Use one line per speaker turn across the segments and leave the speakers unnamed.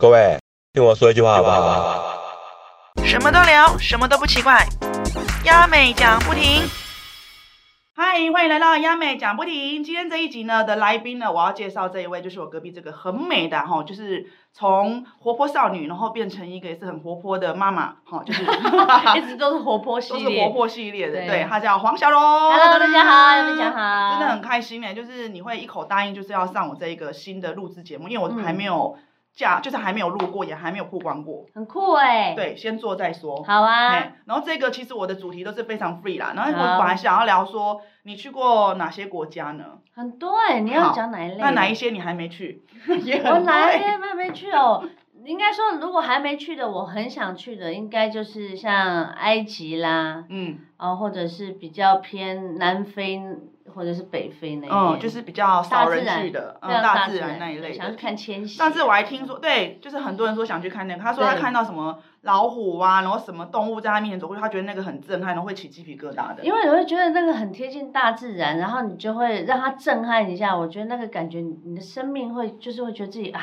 各位，听我说一句话好不好？
什么都聊，什么都不奇怪。亚美讲不停。嗨，欢迎来到亚美讲不停。今天这一集呢的来宾呢，我要介绍这一位，就是我隔壁这个很美的哈，就是从活泼少女，然后变成一个也是很活泼的妈妈哈， 就是
一直都是活泼系
都是
列。
活泼系列的。
对
对，她叫黄小龙。
Hello，大家好，大家好，
真的很开心呢、就是你会一口答应，就是要上我这一个新的录制节目，因为我
嗯
还没有架，就是还没有录过，也还没有曝光过。
很酷哎、，
对，先做再说。
好啊
哎，，然后这个其实我的主题都是非常 free 啦，然后
好
我本来想要聊说你去过哪些国家呢？
很多哎、你要讲哪一类？
那哪一？些你还没去？ 也
我啊
很多
哪一
欸
些还没去哦？应该说，如果还没去的，我很想去的，应该就是像埃及啦，
嗯
哦，或者是比较偏南非或者是北非那一边，
嗯，就是比较
哎大
少
自
人
然
去的，
对
嗯，
啊
大
自
自然那一
对
类
想去
的。
看啊迁徙。
上次我还听说，对，就是很多人说想去看那个，他说他
对
看到什么老虎啊，然后什么动物在他面前走过去，他觉得那个很震撼，然后会起鸡皮疙瘩的。
因为你会觉得那个很贴近大自然，然后你就会让它震撼一下。我觉得那个感觉，你的生命会就是会觉得自己啊，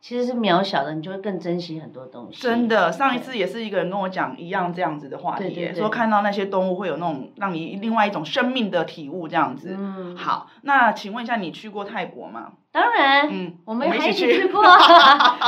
其实是渺小的，你就会更珍惜很多东西。
真的，上一次也是一个人跟我讲一样这样子的话题
对对
耶，
对
说看到那些动物会有那种让你另外一种生命的体悟这样子。
嗯，
好，那请问一下，你去过泰国吗？
当然，
嗯，
我们
一
还
起
一起去。过，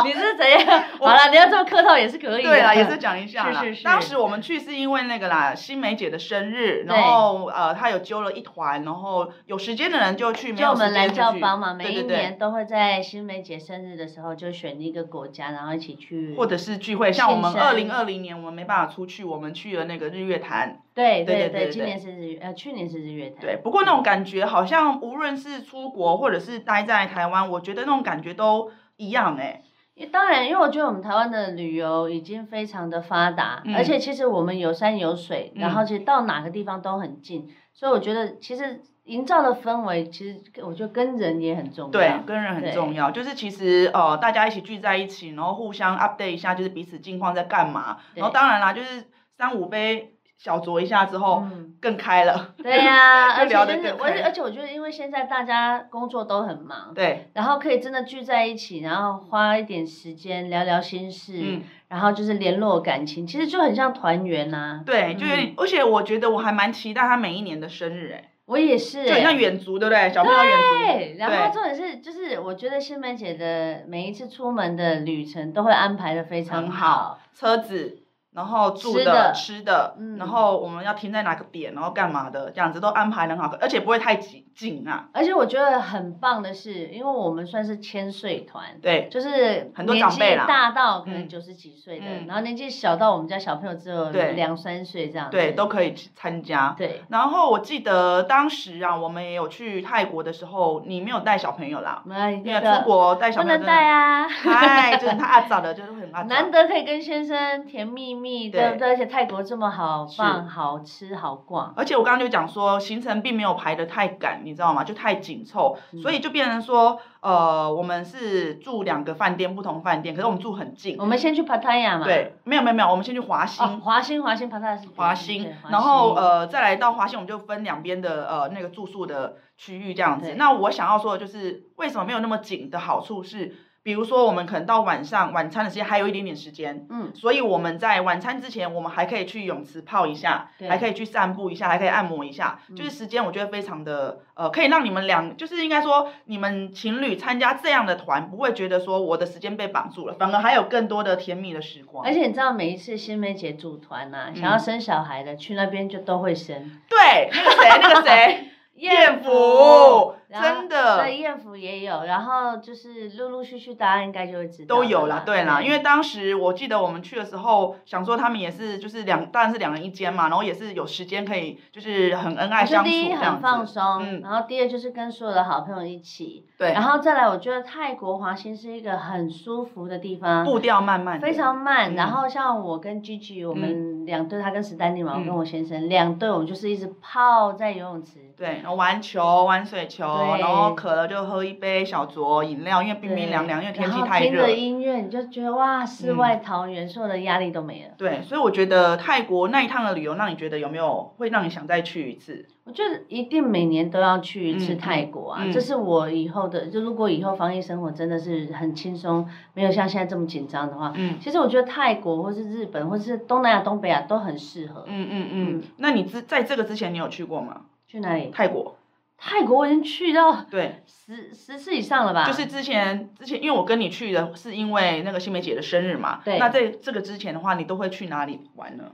你是怎样？好了，你要这么客套也是可以的。
对啦，也是讲一下啦。
是是是
当时我们去是因为那个啦，新梅姐的生日，
对
然后呃，她有揪了一团，然后有时间的人就去，没
就我
有时
们
间
蓝
就
教
去
帮嘛，每
对
一
对
年
对，
都会在新梅姐生日的时候就选一个国家，然后一起去，
或者是聚会。像我们
现
二
身
零二零年我们没办法出去，我们去了那个日月潭。
对
对对对
对，
对
今年是日月呃去年是日月潭，
对，不过那种感觉好像无论是出国或者是待在台湾，我觉得那种感觉都一样哎、
因为当然，因为我觉得我们台湾的旅游已经非常的发达，
嗯
而且其实我们有山有水，
嗯
然后其实到哪个地方都很近，所以我觉得其实营造的氛围，其实我觉得跟人也很重要。
对，跟人很
对
重要。就是其实呃，大家一起聚在一起，然后互相 update 一下，就是彼此近况在干嘛。然后
对
当然啦，就是三五杯小酌一下之后，
嗯
更开了。
对 呀、
就
而且
聊得
真的，
更
我
开
而且我觉得，因为现在大家工作都很忙，
对，
然后可以真的聚在一起，然后花一点时间聊聊心事，
嗯，
然后就是联络感情，其实就很像团圆啊呐、
对，就有
嗯
点。而且我觉得我还蛮期待他每一年的生日、欸，
我也是、
哎，就很像远足，对不对？小朋友远足。
对，然后重点是，就是我觉得新梅姐的每一次出门的旅程都会安排的非常
很好，车子，然后住
吃
的、
的
吃的，
嗯
然后我们要停在哪个点，然后干嘛的，这样子都安排得很好，而且不会太紧紧啊。
而且我觉得很棒的是，因为我们算是千岁团，
对，
就是
很多
年
长
纪
辈啦
大到可
嗯
能九十几岁的，
嗯
然后年纪小到我们家小朋友只有
对
两三岁这样子，
对，都可以去参加。
对，
然后我记得当时啊，我们也有去泰国的时候，你没有带小朋友啦，
我们
你
那
有出
个
国带小
不
朋友
能带
啊，
啊。
哎，就是太阿早了，就是很阿
难
早。
得可以跟先生甜蜜蜜，
对
对不对？而且泰国这么好
是
棒、好吃、好逛，
而且我刚刚就讲说，行程并没有排得太赶，你知道吗？就太紧凑，
嗯
所以就变成说，呃，我们是住两个饭店，不同饭店，可是我们住很近。
我们先去 Pattaya 嘛，
对，没有没有没有，我们先去华兴，
哦，华兴华兴 Pattaya 是
华
对
兴，
华
然后
兴
呃，再来到华兴，我们就分两边的呃那个住宿的区域这样子
对。
那我想要说的就是，为什么没有那么紧的好处是，比如说我们可能到晚上晚餐的时间还有一点点时间，
嗯，
所以我们在晚餐之前，我们还可以去泳池泡一下，
对嗯
还可以去散步一下，还可以按摩一下，就是时间我觉得非常的呃，可以让你们两，就是应该说你们情侣参加这样的团，不会觉得说我的时间被绑住了，反而还有更多的甜蜜的时光
而。且你知道，每一次新梅姐组团呐、想要生小孩的，去那边就都会生。
嗯对，那个谁，那个谁。艳福，真的
对，艳福也有，然后就是陆陆续续，大家应该就会知道
都 有
了
啦
啦，，
对啦，因为当时我记得我们去的时候，想说他们也是就是两，当然是两人一间嘛，然后也是有时间可以就是很恩爱
我觉
相
得
处
哦第
这
一很
样
放
子，
松，
嗯
然后第二就是跟所有的好朋友一起，
对，
然后再来，我觉得泰国华欣是一个很舒服的地方，
步调慢慢的，
非常慢。
嗯
然后像我跟 Gigi，我们两队，他跟史丹利嘛，我
嗯
跟我先生两队，我们就是一直泡在游泳池，
对，然后玩球、玩水球，哦，
对
然后渴了就喝一杯小酌饮料，因为冰冰凉凉，因为天气太
然后听着
热。嗯
音乐，你就觉得哇，世外桃源，所有的压力都没了。
对，所以我觉得泰国那一趟的旅游，让你觉得有没有会让你想再去一次？
我觉得一定每年都要去一次
嗯
泰国啊，
嗯
这是我以后的，就如果以后防疫生活真的是很轻松，没有像现在这么紧张的话，
嗯
其实我觉得泰国或是日本或是东南亚、东北亚都很适合。
嗯嗯嗯
嗯。
那你之在这个之前，你有去过吗？
去哪里？
泰国？
泰国我已经去到
对，
十十次以上了吧？
就是之前之前，因为我跟你去的是因为那个新梅姐的生日嘛。
对
那在这个之前的话，你都会去哪里玩呢？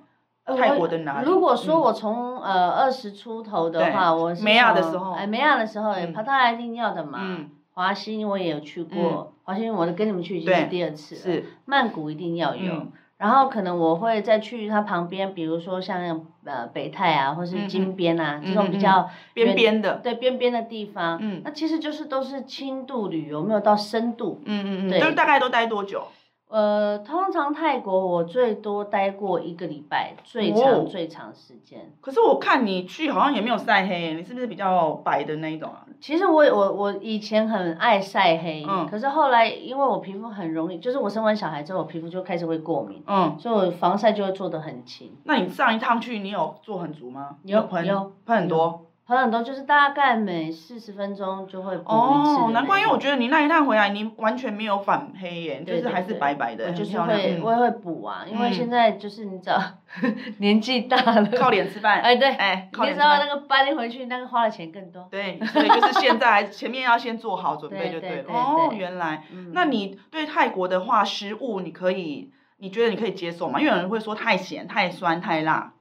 呃
泰
我
国的哪里
如果
嗯
说我从呃二十出头的话，
对
我是
梅亚的
从
时候
哎梅亚的时候，也
嗯
帕塔一定要的嘛。
嗯，
华西我也有去过，华西我跟你们去已经
对
是第二次了。
是，
曼谷一定要有。
嗯
然后可能我会再去它旁边，比如说像呃北泰啊，或
嗯
是
嗯
金边啊、这
嗯
种
嗯
比较
边
远
边的。
对边边的地方，
嗯
那其实就是都是轻度旅游，没有到深度。
嗯嗯嗯，
对
就是大概都待多久？
呃，通常泰国我最多待过一个礼拜，最
哦
长最长时间。
可是我看你去好像也没有晒黑，你是不是比较白的那一种啊？
其实我我我以前很爱晒黑，
嗯
可是后来因为我皮肤很容易，就是我生完小孩之后，我皮肤就开始会过敏，
嗯，
所以我防晒就会做得很勤，
那你上一趟去你有做很足吗？你
有
喷
有
喷很多
喷很多，就是大概每四十分钟就会补一次的
哦
那，
难怪，因为我
种
觉得你那一趟回来，你完全没有反黑耶，就
对
是还是
对对
白白的，
我就
很
是
漂亮
会
嗯
我也会补啊，因为
嗯
现在就是你知道 年纪大了，
靠脸吃饭。
哎对
哎，靠
你
脸
知
吃
道
饭。
那个搬回去那个花的钱更多，
对，所以就是现在前面要先做好准备就
对对
了。
对
哦，
对
原来，
嗯
那你对泰国的话，食物你可以，你觉得你可以接受吗？因为有人会说太咸、太酸、太辣。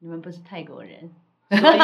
你们不是泰国人，
所以，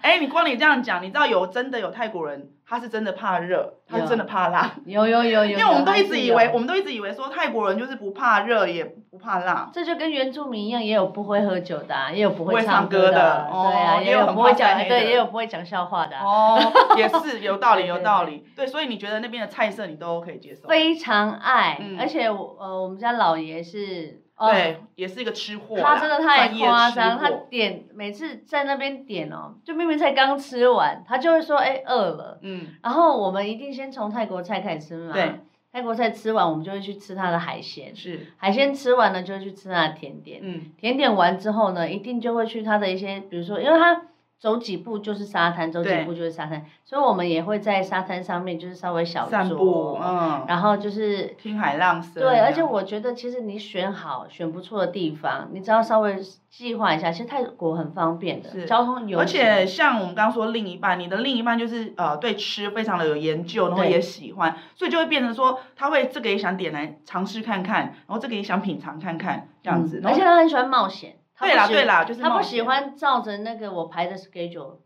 哎，你光你这样讲，你知道有真的有泰国人，他是真的怕热，他是
有
真的怕辣，
有有有有，
因为我们都
还
一
是
直以
有
为，我们都一直以为说泰国人就是不怕热，也不怕 辣。
这就跟原住民一样，也有不会喝酒的啊、也有不
不会
会
唱
唱
歌
歌
的
的，
哦
对啊，
也
也
有
有
很
不会
怕晒
讲，
黑的
对，也有不会讲笑话的啊、
哦，也是有道理，
对
有道理。对，所以你觉得那边的菜色你都可以接受？
非常爱，
嗯
而且我呃，我们家老爷是，哦、
对，也是一个吃货啦。
他真的太
专业
夸
吃
张，他
货
点每次在那边点哦，就明明才刚吃完，他就会说，哎，饿了，
嗯，
然后我们一定先从泰国菜开始吃嘛，
对，
泰国菜吃完，我们就会去吃他的海鲜，
是，
海鲜吃完了就会去吃他的甜点，
嗯
甜点完之后呢，一定就会去它的一些，比如说，因为它走几步就是沙滩，走几
对
步就是沙滩，所以我们也会在沙滩上面就是稍微小
散步，
酌，
嗯，啊
然后就是
听海浪声。
对，而且我觉得其实你选好选不错的地方，你只要稍微计划一下，其实泰国很方便
是
的，交通有，
而且像我们刚刚说另一半，你的另一半就是呃对吃非常的有研究，然后
对
也喜欢，所以就会变成说他会这个也想点来尝试看看，然后这个也想品尝看看这样子。
嗯
然
而
后
且他很喜欢冒险，他
对
不
啦
喜
对啦，就是
他
冒
不
险
喜欢照着那个我排的 schedule。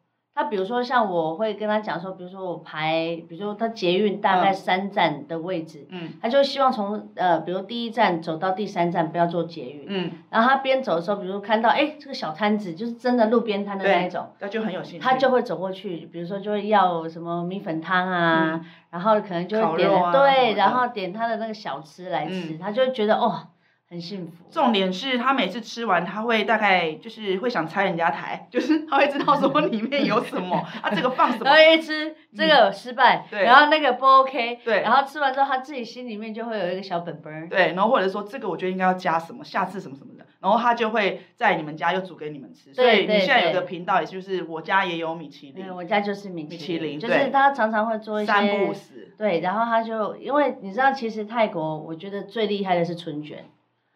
他比如说像我会跟他讲说，比如说我排，比如说他捷运大概
嗯
三站的位置，
嗯
他就希望从呃，比如第一站走到第三站，不要坐捷运。
嗯，
然后他边走的时候，比如看到哎、诶这个小摊子，就是真的路边摊的那一种，
那就很有兴趣。
他就会走过去，比如说就会要什么米粉汤啊，然后可能就
嗯烤
会点
肉
了、
啊什么
对，
的
然后点他的那个小吃来吃，
嗯
他就会觉得哦很幸福。
重点是他每次吃完，他会大概就是会想拆人家台，就是他会知道说里面有什 么啊，这个放什么嗯
然后。一吃这个失败，
对
然后那个不 OK，
对
然后吃完之后他自己心里面就会有一个小本本儿，
对，然后或者说这个我觉得应该要加什么，下次什么什么的，然后他就会在你们家又煮给你们吃。所以
对
你
对
现在有
对
个频道，也就是我家也有米其林
对，，我家就是米
米其林
就
对
是他常常会做一些
三不五时。
对，然后他就因为你知道，其实泰国我觉得最厉害的是春卷，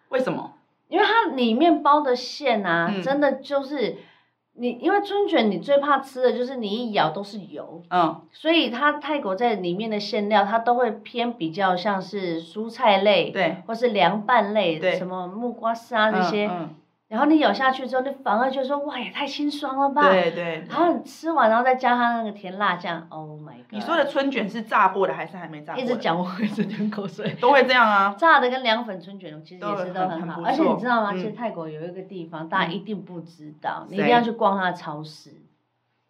为什么？
因为它里面包的馅啊，
嗯
真的就是你，因为春卷你最怕吃的就是你一咬都是油，
嗯，
所以它泰国在里面的馅料，它都会偏比较像是蔬菜类，，
对，
或是凉拌类
对，
什么木瓜丝啊那
嗯
些，
嗯
然后你咬下去之后，你反而就说哇，也太清爽了吧。
对对。
然后你吃完，然后再加上那个甜辣酱，Oh my god！
你说的春卷是炸过的还是还没炸过
一
的？
直讲，我一直流 口水。
都会这样啊。
炸的跟凉粉春卷其实也是
都
都
很
很
很
好，
不
而且
错
你知道吗？
嗯
其实泰国有一个地方大家一定不知道，你一
谁
定要去逛它的超市。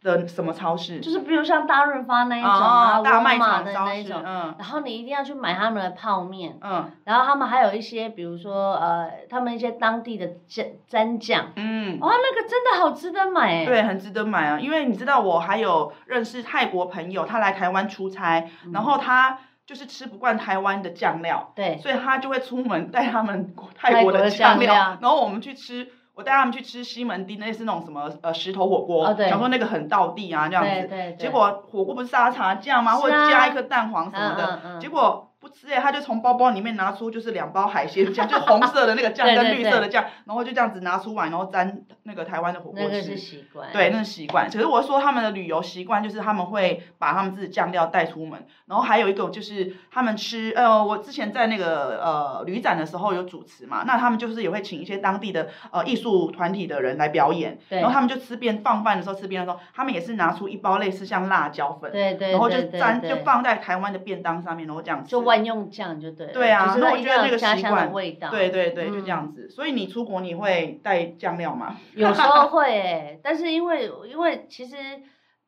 的什么超市？
就是比如像大润发那一种啊，
哦，大
沃
卖
尔玛
场
的
超
那一
市，
种，
嗯
然后你一定要去买他们的泡面，
嗯
然后他们还有一些，比如说呃，他们一些当地的蘸蘸酱，
嗯，
哇、哦那个真的好值得买哎。
对，很值得买啊，因为你知道我还有认识泰国朋友，他来台湾出差，
嗯
然后他就是吃不惯台湾的酱料，
对，
所以他就会出门带他们国泰国
国
的
的
酱
酱
料，
料
然后我们去吃。我带他们去吃西门町，那是那种什么呃石头火锅，
哦对
想说那个很道地啊这样
对
子。
对对。
结果火锅不是沙茶酱吗？
是啊
或者加一颗蛋黄什么
嗯
的，
嗯嗯
结果不吃哎、他就从包包里面拿出就是两包海鲜酱，就红色的那个酱
对对
跟绿色
对
的酱，然后就这样子拿出来，然后沾那个台湾的火锅
那
吃。
个是习惯。
对，那是习惯。可是我说他们的旅游习惯就是他们会把他们自己酱料带出门，然后还有一种就是他们吃，呃，我之前在那个呃旅展的时候有主持嘛，那他们就是也会请一些当地的呃艺术团体的人来表演，
对
然后他们就吃边放饭的时候吃边的时候，他们也是拿出一包类似像辣椒粉，
对对对
然后就
对
沾
对
就放在台湾的便当上面，然后这样吃。
就万用酱就对了。
对啊
就是
那
它
我
一
觉
定
得
要
那
有
个
家
习
乡的
惯
味道。
对对对，就这
嗯
样子。所以你出国你会带酱料吗？
有时候会诶、但是因为因为其实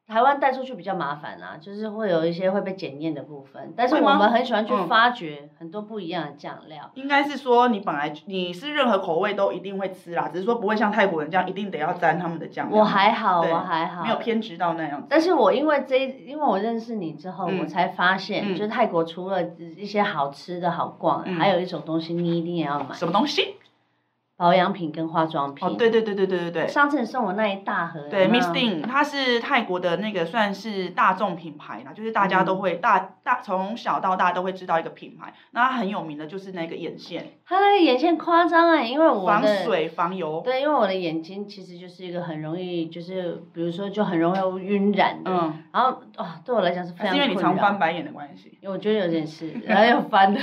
台湾带出去比较麻烦啊，就是会有一些会被检验的部分。但是
会
我
吗
们很喜欢去
嗯
发掘很多不一样的酱料。
应该是说你本来你是任何口味都一定会吃啦，只是说不会像泰国人这样一定得要沾他们的酱料。
我还好，
嗯对
我还好，
没有。偏执到那样子。
但是我因为这一，因为我认识你之后，
嗯
我才发现，
嗯
就是泰国除了一些好吃的好逛，
嗯
还有一种东西你一定也要买，
什么东西？
保养品跟化妆品。
哦，对对对对对对对。
上次你送我那一大盒。
对
有没有
，Miss Ding，它是泰国的那个算是大众品牌啦，就是大
嗯
家都会、大大从小到大都会知道一个品牌。那它很有名的就是那个眼线，
它那个眼线夸张哎，因为我
防
的
水防油。
对，因为我的眼睛其实就是一个很容易，就是比如说就很容易晕染的，
嗯，
然后哦，对我来讲是非
还
常
是因为你常
困
翻
扰。
白眼的关系。
我觉得有点是，然后又翻了，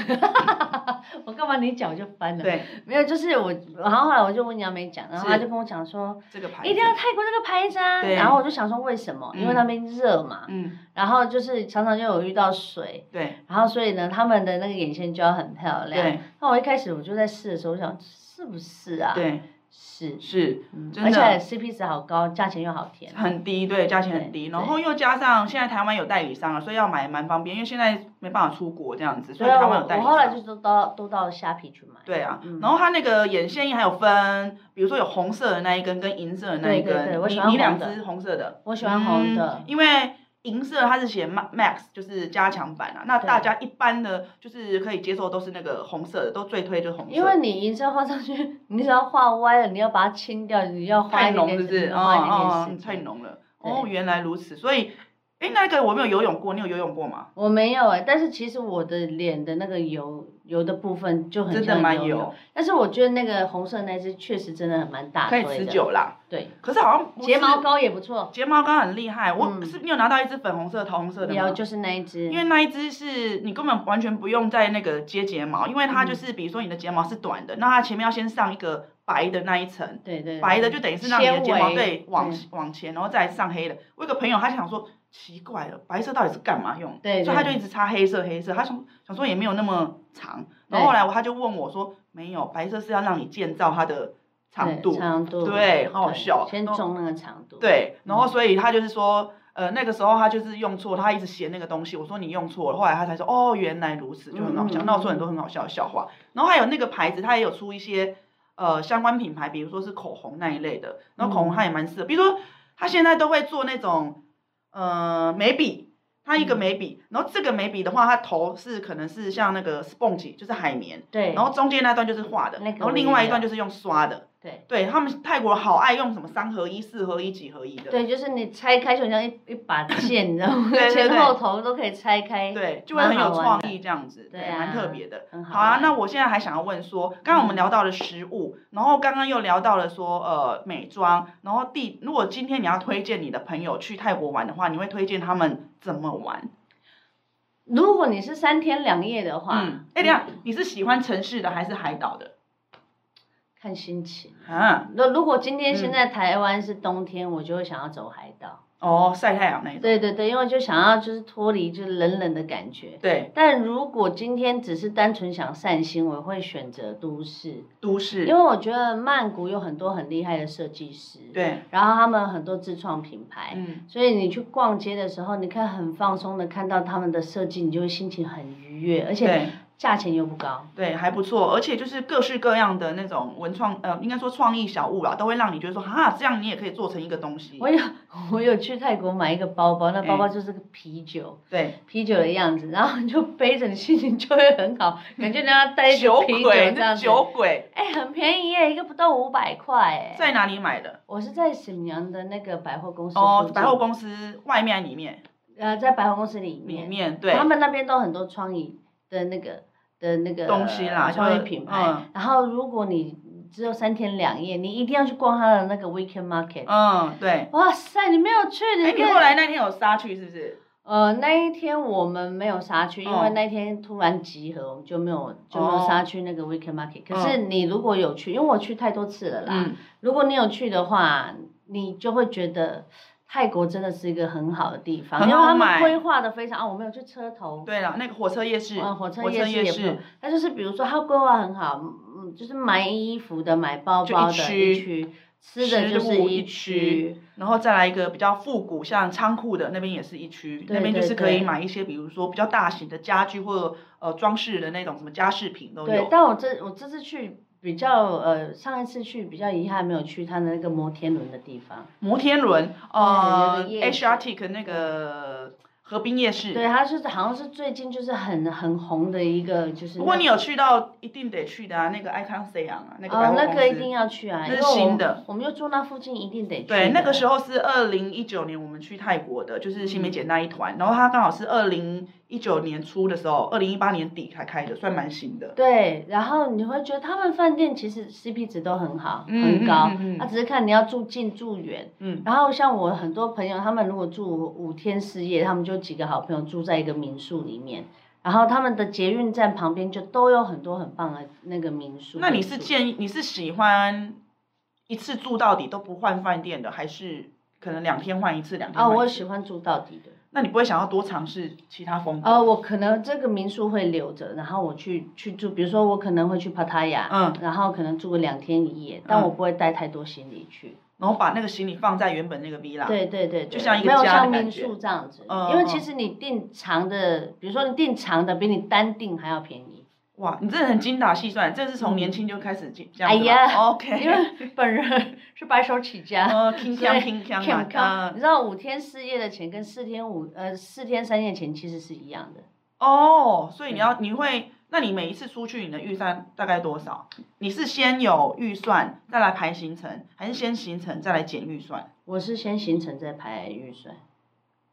我干嘛你讲我就翻了？
对，
没有，就是我，然后后来我就问杨梅讲，然后
是
她就跟我讲说，
这个牌子
一定要泰国那个牌子啊。
对
然后我就想说为什么？因为
嗯
那边热嘛，
嗯，
然后就是常常就有遇到水，
对
然后所以呢，他们的那个眼线就要很漂亮。
对
那我一开始我就在试的时候，我想是不是啊？，
对，
是。
是，
嗯
真
而且
的
CP 值好高，价钱又好甜。
很低，对，价钱很低，
对
然后又加上现在台湾有代理商了，所以要买蛮方便，因为现在没办法出国这样子，所
所
以
以
台
啊我
湾有代
我
理
后来就
商。
都到都到虾皮去买。
对啊
嗯，
然后它那个眼线液还有分，比如说有红色的那一根跟银色的那一
对对对
根，
我
你
喜欢
你两
红的
支红色的，
我喜欢红
嗯
的，
因为银色它是写 ma- max，就是加强版啊，那
对
大家一般的就是可以接受都是那个红色的，都最推就是红色的。
因为你银色画上去， 你只要画歪了，你要把它清掉，你要花
太
一点
浓
点
是不
时
是？
间，
哦
花一点
哦，
点
嗯
时
太
间。
浓了。
对
哦，原来如此，所以，哎，那个我没有游泳过，你有游泳过吗？
我没有哎、但是其实我的脸的那个油油的部分就很
真的
像
蛮
油
油，
但是我觉得那个红色那只确实真的很蛮
可
大推
以
的，
持久啦。
对，
可是好像不是
睫毛，膏也不错，
睫毛膏很厉害。我、
嗯
是你有拿到一支粉红色、桃红色的
有
吗？
就是那一只，
因为那一支是你根本完全不用在那个接睫毛，因为它
嗯
就是比如说你的睫毛是短的，那它前面要先上一个白的那一层，
对对对
白的就等于是让你的睫毛
嗯纤维
对往
嗯
往前，然后再上黑的。我有个朋友他想说奇怪了，白色到底是干嘛用？
对对
所以他就一直擦黑色黑色，他想想说也没有那么长。然后
对
后来我他就问我说，没有，白色是要让你建造它的长
对
度，
长度
对好好笑
先
然后
种那个长度，
对，然后
嗯
所以他就是说，呃，那个时候他就是用错，他一直嫌那个东西。我说你用错了，后来他才说，哦，原来如此，就很好笑。
嗯嗯
那我说很多很好笑的笑话。然后还有那个牌子，它也有出一些呃相关品牌，比如说是口红那一类的。然后口
嗯
红它也蛮适合，比如说它现在都会做那种呃眉笔。它一个
嗯
眉笔，然后这个眉笔的话，它头是可能是像那个 sponge，就是海绵，
对，
然后中间那段就是画的，
那个
然后
我也
另外一
有
段就是用刷的。
对
对他们泰国好爱用什么三合一、四合一、几合一的。
对，就是你拆开就像一一把剑，你知道吗？
对对对
前后头都可以拆开，
对，就会很有
蛮好玩
创
的
意这样子，
对
对，
啊
蛮特别的。
很
好
好
啊，
玩
那我现在还想要问说，刚刚我们
嗯
聊到了食物，然后刚刚又聊到了说呃美妆，然后第如果今天你要推荐你的朋友去泰国玩的话，你会推荐他们怎么玩？
如果你是三天两夜的话，
嗯，哎，等一下你是喜欢城市的还是海岛的？
看心情。
啊，
那如果今天
嗯
现在台湾是冬天，我就会想要走海岛。
哦，晒太阳那一种。
对对对，因为就想要就是脱离就是冷冷的感觉。
对，
但如果今天只是单纯想散心，我会选择都市，
都市。
因为我觉得曼谷有很多很厉害的设计师，，
对，
然后他们很多自创品牌，
嗯，
所以你去逛街的时候，你可以很放松的看到他们的设计，你就会心情很愉悦，而且
对
价钱又不高。
对，还不错，而且就是各式各样的那种文创，呃，应该说创意小物啦，都会让你觉得说，哈，这样你也可以做成一个东西。
我有我有去泰国买一个包包，那
嗯
包包就是个啤酒，
对，
啤酒的样子，然后你就背着，你心情就会很好，感觉你要带一
酒
个啤酒
鬼，
这
那
样子。
酒鬼
哎、很便宜耶，一个不到五百块哎。
在哪里买的？
我是在沈阳的那个百货公司附
哦，
近
百货公司外面还是里面，
呃，在百货公司里
里
面，
面对
他，们那边都很多创意的那个的那个
东西啦
创意
就
品牌。
嗯
然后如果你只有三天两夜，你一定要去逛他的那个 weekend market。
嗯，对。
哇塞，你没有去，
哎，你
跟
后来那天有杀去是不是？
呃，那一天我们没有杀去，因为
嗯
那一天突然集合，我们就没有就没有
哦
杀去那个 weekend market。可是你如果有去，因为我去太多次了啦，
嗯，
如果你有去的话，你就会觉得泰国真的是一个很好的地方，
很
因为
好
他们
买
规划的非常啊，我没有去车头，
对了，那个火车夜市，
嗯，火车
火
夜
车
市
夜
也不错
市，，
它就是比如说它规划很好，嗯，就是买衣服的、买包包
就
的
一区
区，吃的就
食
是
物一
区
区，然后再来一个比较复古，像仓库的那边也是一区，
对
那边就是
对
可以
对
买一些，比如说比较大型的家具或呃装饰的那种什么家饰品都
对
有。。
但我这我这次去比较呃，上一次去比较遗憾没有去它的那个摩天轮的地方，
摩天轮，
有
呃
个夜市
，HRT 跟那个河滨夜市。
对，它是好像是最近就是很很红的一个就是那个，
不过你有去到，一定得去的啊，那个 Icon s e y a n 啊，那个百
哦
货，公司。
那个一定要去啊，
那
因
是
为我
新
们
的
我们就住那附近，一定得去的。
对，那个时候是二零一九年，我们去泰国的，就是新梅
嗯
姐那一团，然后她刚好是二零一九年初的时候，二零一八年底才开的，算蛮新的。
对，然后你会觉得他们饭店其实 CP 值都很好，
嗯
很高，啊
嗯嗯嗯
那、只是看你要住近住远。
嗯，
然后像我很多朋友，他们如果住五天四夜，他们就几个好朋友住在一个民宿里面，然后他们的捷运站旁边就都有很多很棒的那个民宿。
那你是
住
建议你是喜欢一次住到底都不换饭店的，还是可能两天换一次，两天
啊、
换一次？
我喜欢住到底的。
那你不会想要多尝试其他风格？
呃，我可能这个民宿会留着，然后我去去住，比如说我可能会去帕塔亚，
嗯
然后可能住个两天一夜，但
嗯
我不会带太多行李去。
然后把那个行李放在原本那个 villa。
对对对，
啊就
对
像一个
没有
家的
像
感
民
觉
宿这样子，
嗯
因为
嗯
其
嗯
实你订长的，比如说你订长的比你单订还要便宜。
哇，你真的很精打细算，这是从年轻就开始这这样
嗯哎
子吗
呀 因
，OK，
为本人是白手起家，
呃，铿
所
锵
以
铿锵
健
啊
康，你
嗯
知道五天四夜的钱跟四天五呃四天三夜钱其实是一样的。
哦，所以你要你会，那你每一次出去你的预算大概多少？你是先有预算再来排行程，还是先行程再来减预算？
我是先行程再排预算，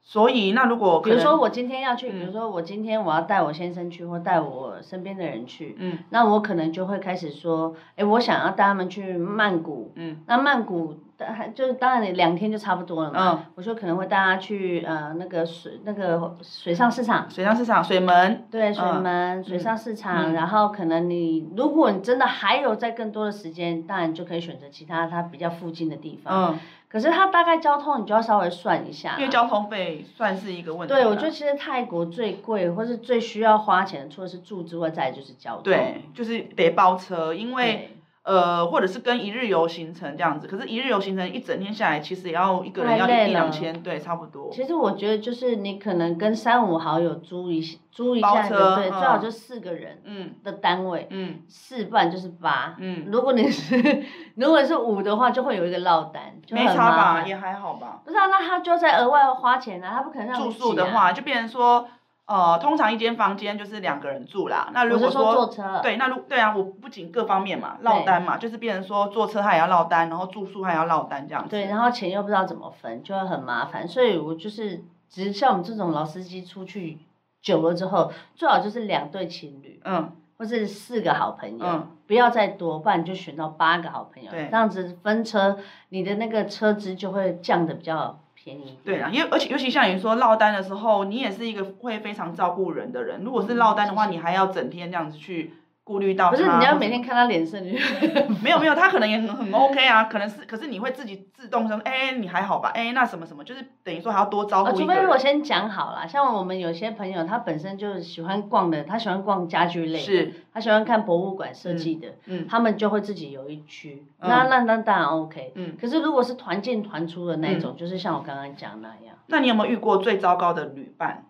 所以那如果
比
可
如说
能，
我今天要去，比如
嗯
说我今天我要带我先生去，或带我身边的人去，
嗯
那我可能就会开始说，哎，我想要带他们去曼谷，
嗯
那曼谷呃就是当然你两天就差不多了嘛，
嗯，
我就可能会带他去呃那个水那个水上市场，
水上市场、水门，
对水
嗯
门、水上市
嗯
场，然后可能你如果你真的还有再更多的时间，当然就可以选择其他它比较附近的地方。
嗯，
可是它大概交通你就要稍微算一下啦，
因为交通费算是一个问题啦。
对，我觉得其实泰国最贵或是最需要花钱的，除了是住之外，再来就是交通。
对，哎就是得包车，因为。
对，
呃，或者是跟一日游行程这样子，可是，一日游行程一整天下来，其实也要一个人
太
要
累
一一两
了
千，对，差不多。
其实我觉得就是你可能跟三五好友租一些租一
包
下，
车
对，
嗯
最好就四个人
嗯
的单位，
嗯
四半就是八。
嗯，
如果你是 如果是五的话，就会有一个落单，就
没
很麻
差吧，
烦
也还好吧。
不是啊，那他就在额外花钱啊，他不可能让
住
你
宿
挤
的
啊，
话，就变成说，呃，通常一间房间就是两个人住啦。那
我
如
是
果
说坐车，，
对，那如对啊，我不仅各方面嘛，落单嘛，就是变成说坐车他也要落单，然后住宿他也要落单这样子。
对，然后钱又不知道怎么分，就会很麻烦。所以我就是，只是像我们这种老司机出去久了之后，最好就是两对情侣，
嗯，
或是四个好朋友，
嗯
不要再多，不然你就选到八个好朋友，
对
这样子分车，你的那个车资就会降的比较便宜。
对啊，因为而且尤其像你说落单的时候，你也是一个会非常照顾人的人。如果是落单的话，
嗯是
你还要整天这样子去顾虑到
不是
他
你
或
要
者
每天看他嗯脸色，你就
没有没有，他可能也很很 OK 啊，可能是，可是你会自己自动说，哎、你还好吧？哎、那什么什么，就是等于说还要多照
哦，
顾一
除
个
非
人。
我先讲好了，像我们有些朋友，他本身就喜欢逛的，他喜欢逛家具类，
是，
他喜欢看博物馆设计的，
嗯
他们就会自己有一区，
嗯
那那那当然 OK。
嗯。
可是如果是团进团出的那种，就是像我刚刚讲那样，
那你有没有遇过最糟糕的旅伴？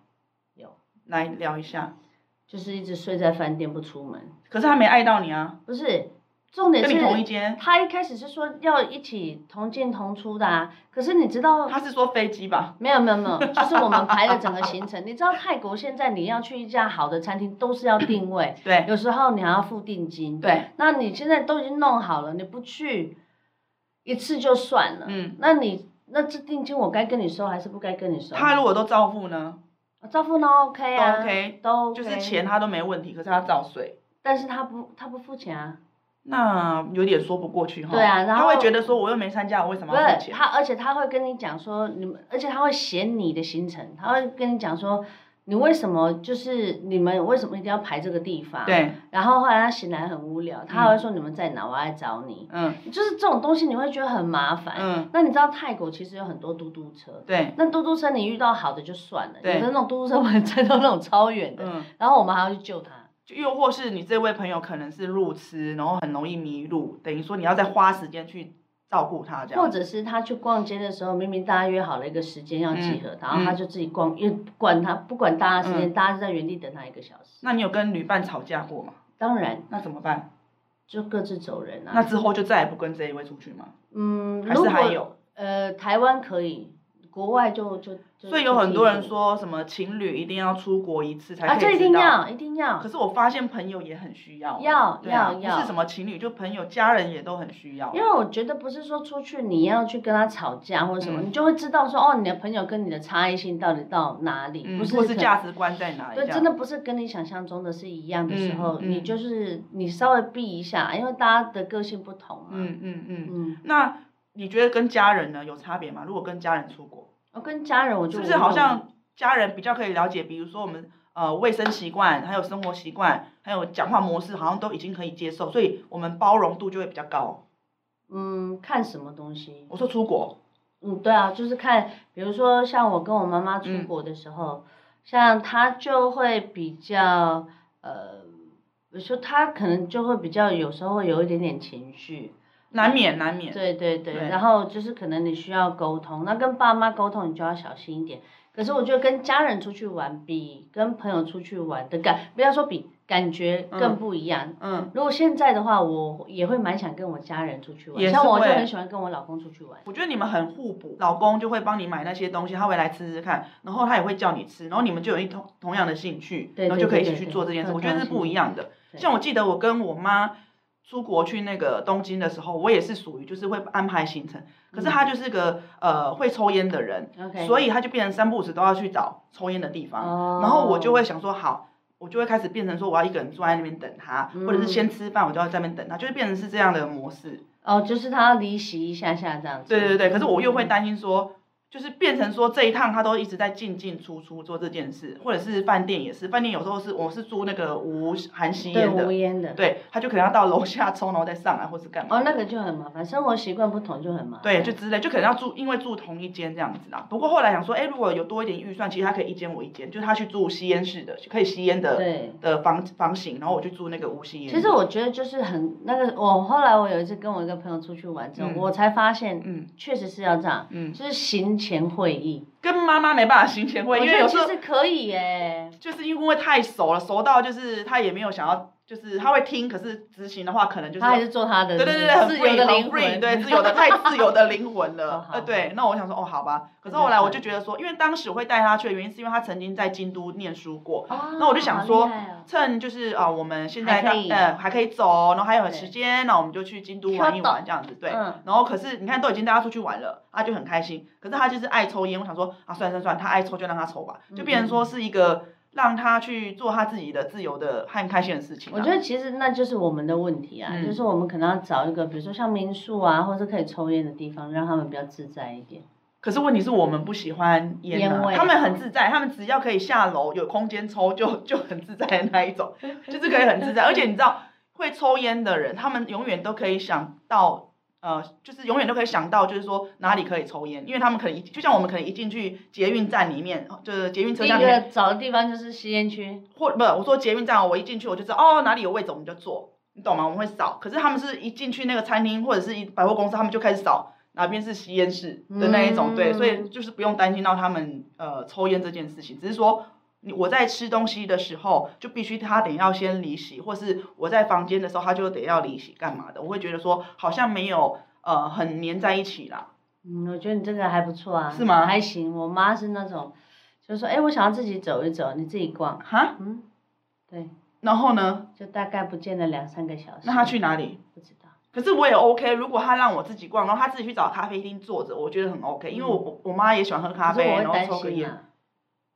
有，
来聊一下。
就是一直睡在饭店不出门，
可是他没爱到你啊，
不是重点
跟你同一
是。
间，
他一开始是说要一起同进同出的啊，可是你知道
他是说飞机吧？
没有没有没有，就是我们排了整个行程。你知道泰国现在你要去一家好的餐厅都是要定位，
对
有时候你还要付定金。，
对，
那你现在都已经弄好了，你不去一次就算了。
嗯，
那你那这定金我该跟你收还是不该跟你收？
他如果都照付呢，
照付呢 OK 啊，
都 OK，
都 OK，
就是钱，啊他都没问题，可是他照睡，
但是他不他不付钱啊，
那有点说不过去哈。
对啊然后
他会觉得说我又没参加，我为什
不
么要付
是
钱？
他，而且他会跟你讲说你们，而且他会嫌你的行程，他会跟你讲说你为什么就是你们为什么一定要排这个地方？。
对，
然后后来他醒来很无聊，他还会说你们在哪，我要来找你。
嗯
就是这种东西你会觉得很麻烦。
嗯，
那你知道泰国其实有很多嘟嘟车，
对，
那嘟嘟车你遇到好的就算了，有
对
的那种嘟嘟车本身都那种超远的，
嗯。
然后我们还要去救他。
就又或是你这位朋友可能是路痴，然后很容易迷路，等于说你要再花时间去照顾他这样。
或者是他去逛街的时候，明明大家约好了一个时间要集
嗯
合，然后他就自己逛，也不管他不管大家时间，大家就在原地等他一个小时。
那你有跟旅伴吵架过吗？
当然
那怎么办？
就各自走人
那
啊。
之后就再也不跟这一位出去吗？
嗯，
还
如
是
果
还有？
呃台湾可以，国外就就就
所以有很多人
就自己走
说什么情侣一定要出国一次才
嗯啊，
可
这
以
一
知
定
道。
要一定要
可，是我发现朋友也很需要。
要
对啊
要
不
要
是什么情侣，就朋友、家人也都很需要
因。为我觉得不是说出去你要去跟他吵架或者什么，
嗯
你就会知道说哦，你的朋友跟你的差异性到底到哪里，
嗯，
不是
或
可
是价值观在哪里？
对，
这样
真的不是跟你想象中的是一样的时候，
嗯嗯
你就是你稍微避一下，因为大家的个性不同嘛。
嗯嗯嗯。
嗯，
那你觉得跟家人呢有差别吗？如果跟家人出国？
我跟家人我就是
不
无
是
用
好像家人比较可以了解，比如说我们呃卫生习惯，还有生活习惯，还有讲话模式，好像都已经可以接受，所以我们包容度就会比较高。
嗯看什么东西？
我说出国，
嗯，对啊，就是看，比如说像我跟我妈妈出
嗯
国的时候，像她就会比较呃，比如说她可能就会比较有时候会有一点点情绪，
难免难免。
对对对，
对
然后就是可能你需要沟通，那跟爸妈沟通你就要小心一点。可是我觉得跟家人出去玩比跟朋友出去玩的感，不要说比，感觉更
嗯
不一样。
嗯，
如果现在的话，我也会蛮想跟我家人出去
也
玩，
是
像我就
会
很喜欢跟我老公出去玩。
我觉得你们很互补，老公就会帮你买那些东西，他会来吃吃看，然后他也会叫你吃，然后你们就有一同同样的兴趣，
对
然后就
对
可以一
对
起去
对
做这件事。
对
我觉得
对
是
对
不一样的。
对
像我记得我跟我妈出国去那个东京的时候，我也是属于就是会安排行程，可是她就是个呃会抽烟的人，
嗯 OK，
所
以
以他就变成三不五时都要去找抽烟的地方，
哦，
然后我就会想说好，我就会开始变成说我要一个人坐在那边等他，
嗯
或者是先吃饭我就要在那边等他，就是变成是这样的模式。
哦，就是他要离席一下下这样子。嗯
对对对，可是我又会担心说，就是变成说这一趟他都一直在进进出出做这件事，或者是饭店也是，饭店有时候是我是住那个无含吸
对
烟
无
的，
烟的。
对，他就可能要到楼下抽，然后再上来或是干嘛。
哦，那个就很麻烦，生活习惯不同就很麻烦。
对，就之类，就可能要住，因为住同一间这样子啦。不过后来想说，哎，如果有多一点预算，其实他可以一间我一间，就是他去住吸烟室的，可以吸烟的
对。
的房房型，然后我去住那个无吸烟。
其实，我觉得就是很那个，我后来我有一次跟我一个朋友出去玩之后，
嗯
我才发现，
嗯
确实是要这样，
嗯，
就是行前会议。
跟妈妈没办法行前
我
会，因
觉
为
得
有
其
时候
实可以耶，
就是因为太熟了，熟到就是他也没有想要，就是他会听，可是执行的话可能就是
他还是做他的
对对对对，很
自由
free
的
很
灵
free，
魂，
对自由的太自由的灵魂
好
了
好。
呃，对
好，
那我想说，哦，好吧。可是后来我就觉得说，因为当时我会带他去的原因，是因为他曾经在京都念书过，
哦。
那我就想说
好厉害哦
趁就是啊、我们现在
还可以
呃还可以走，然后还有
对
时间，那我们就去京都玩一玩这样子，对。
嗯，
然后可是你看都已经带他出去玩了，他就很开心。可是他就是爱抽烟，我想说啊，算了算了算了，他爱抽就让他抽
嗯
吧，就变成说是一个让他去做他自己的自由的和开心的事情、啊。
我觉得其实那就是我们的问题啊，
嗯
就是我们可能要找一个，比如说像民宿啊，或者可以抽烟的地方，让他们比较自在一点。
可是问题是我们不喜欢烟、
烟
啊，
味
他们很自在，他们 只要可以下楼有空间抽就就很自在的那一种，就是可以很自在。而且你知道，会抽烟的人，他们永远都可以想到，呃，就是永远都可以想到，就是说哪里可以抽烟，因为他们可能一就像我们可能一进去捷运站里面，就是捷运
第
车
一
厢里面，
个找的地方就是吸烟区，
或不，我说捷运站，我一进去我就知道哦哪里有位置我们就坐，你懂吗？我们会扫，可是他们是一进去那个餐厅或者是一百货公司，他们就开始扫。哪边是吸烟室的那一种，对，所以
嗯
就是不用担心到他们呃抽烟这件事情，只是说你我在吃东西的时候，就必须他得要先离席，或是我在房间的时候，他就得要离席干嘛的？我会觉得说好像没有呃很黏在一起啦。
嗯，我觉得你这个还不错啊，
是吗
还行，我妈是那种，就是说，哎，我想要自己走一走，你自己逛，
哈，
嗯，对，
然后呢？
就大概不见了两三个小时。
那他去？哪里？
不知道。
可是我也 OK，如果他让我自己逛，然后他自己去找咖啡厅坐着，我觉得很 OK，因为我我我妈也喜欢喝咖
嗯可
啡，
是我
然
会
后
担
抽个
心
烟，
啊。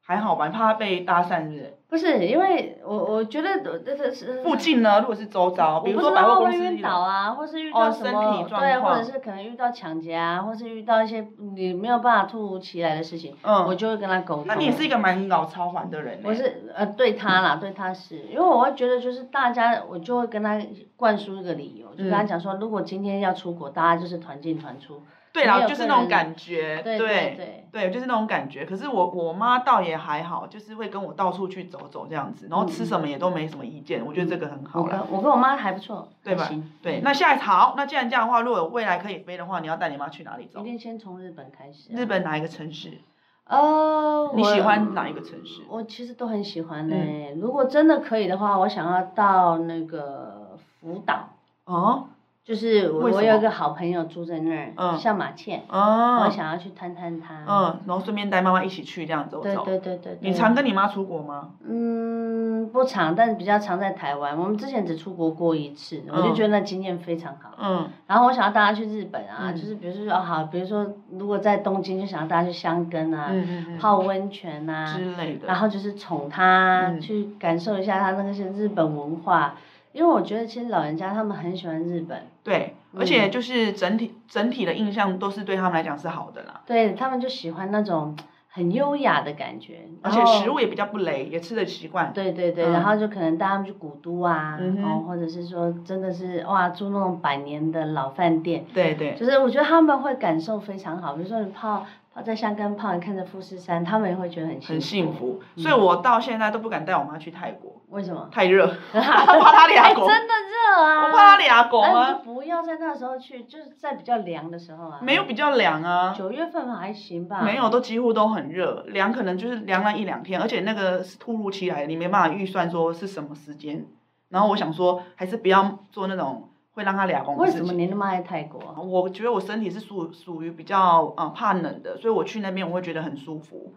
还好吧？你怕他被搭讪是不是？
不是，因为我我觉得呃这这是
附近呢？如果是周遭，比如
我
说
不知
百
道
货公
会不
司
会
一
晕
楼
倒啊，或是遇到
哦
什
身
么、
体状
对，或
况
者是可能遇到抢劫啊，或是遇到一些你没有办法突如其来的事情，
嗯
我就会跟他沟通。
那你也是一个蛮老超凡的人、欸。
我是呃对他啦，对他是，因为我会觉得就是大家，我就会跟他灌输一个理由，就跟他
嗯
讲说，如果今天要出国，大家就是团进团出。
对
没
啦，
有
就是
个
那种
人
感觉，
对
对
对
对就是那种感觉。可是我我妈倒也还好，就是会跟我到处去走走这样子，然后吃什么也都没什么意
嗯
见，我觉得这个很
我
好
跟
啦。
我跟我妈还不错，
对
还
吧
行
对，那下一好，那既然这样的话，如果有未来可以飞的话，你要带你妈去哪里
嗯一
走？
定先从日本开始啊、
日本哪一个城市？
呃，
你喜
我
欢哪一个城市？
我其实都很喜欢
嗯
呢、如果真的可以的话，我想要到那个福岛，
哦
就是我
为什
我有
么
一个好朋友住在那儿，
嗯
向马倩，我
哦，
想要去探探她。
嗯，然后顺便带妈妈一起去这样走
对
走。
对对对。
你
对
常跟你妈出国吗？
嗯，不常，但比较常在台湾。我们之前只出国过一次，我就
嗯
觉得那经验非常好。
嗯
然后我想要大家去日本啊，
嗯
就是比如说哦好，比如说如果在东京，就想要大家去香根啊，
嗯嗯嗯，
泡温泉啊，
之类的。
然后就是宠他，
嗯
去感受一下他那个是日本文化，因为我觉得其实老人家他们很喜欢日本，
对，
嗯
而且就是整体整体的印象都是对他们来讲是好的啦。
对他们就喜欢那种很优雅的感觉，
而
然
且
后
食物也比较不雷，也吃的习惯。
哦对对对，
嗯
然后就可能带他们去古都啊，
嗯哼
然后或者是说真的是哇住那种百年的老饭店，
对对，
就是我觉得他们会感受非常好，比如说你泡泡在香根泡，你看着富士山，他们也会觉得很幸福。
很幸福。
嗯
所以我到现在都不敢带我妈去泰国，
为什么？
太 热， 怕她
哎，
俩
真
狗，
的热啊！
我怕她俩狗
那你
啊
就，不要在那时候去，就是在比较凉的时候啊。
没有比较凉啊。
九月份还行吧。
没有，都几乎都很热，凉可能就是凉了一两天，而且那个是突如其来的，你没办法预算说是什么时间。然后我想说，还是不要做那种会让她俩公的
为
事
什么
情。
你那么爱泰国啊？
我觉得我身体是属属于比较呃怕冷的，所以我去那边我会觉得很舒服。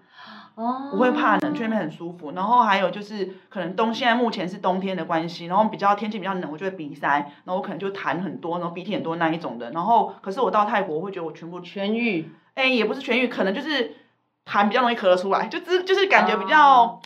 哦。
不会怕冷，去那边很舒服。然后还有就是，可能冬现在目前是冬天的关系，然后比较天气比较冷，我就会鼻塞，然后我可能就痰很多，然后鼻涕很多那一种的。然后可是我到泰国，我会觉得我全部，
痊愈。
哎，也不是痊愈，可能就是痰比较容易咳得出来，就只就是感觉比较
哦，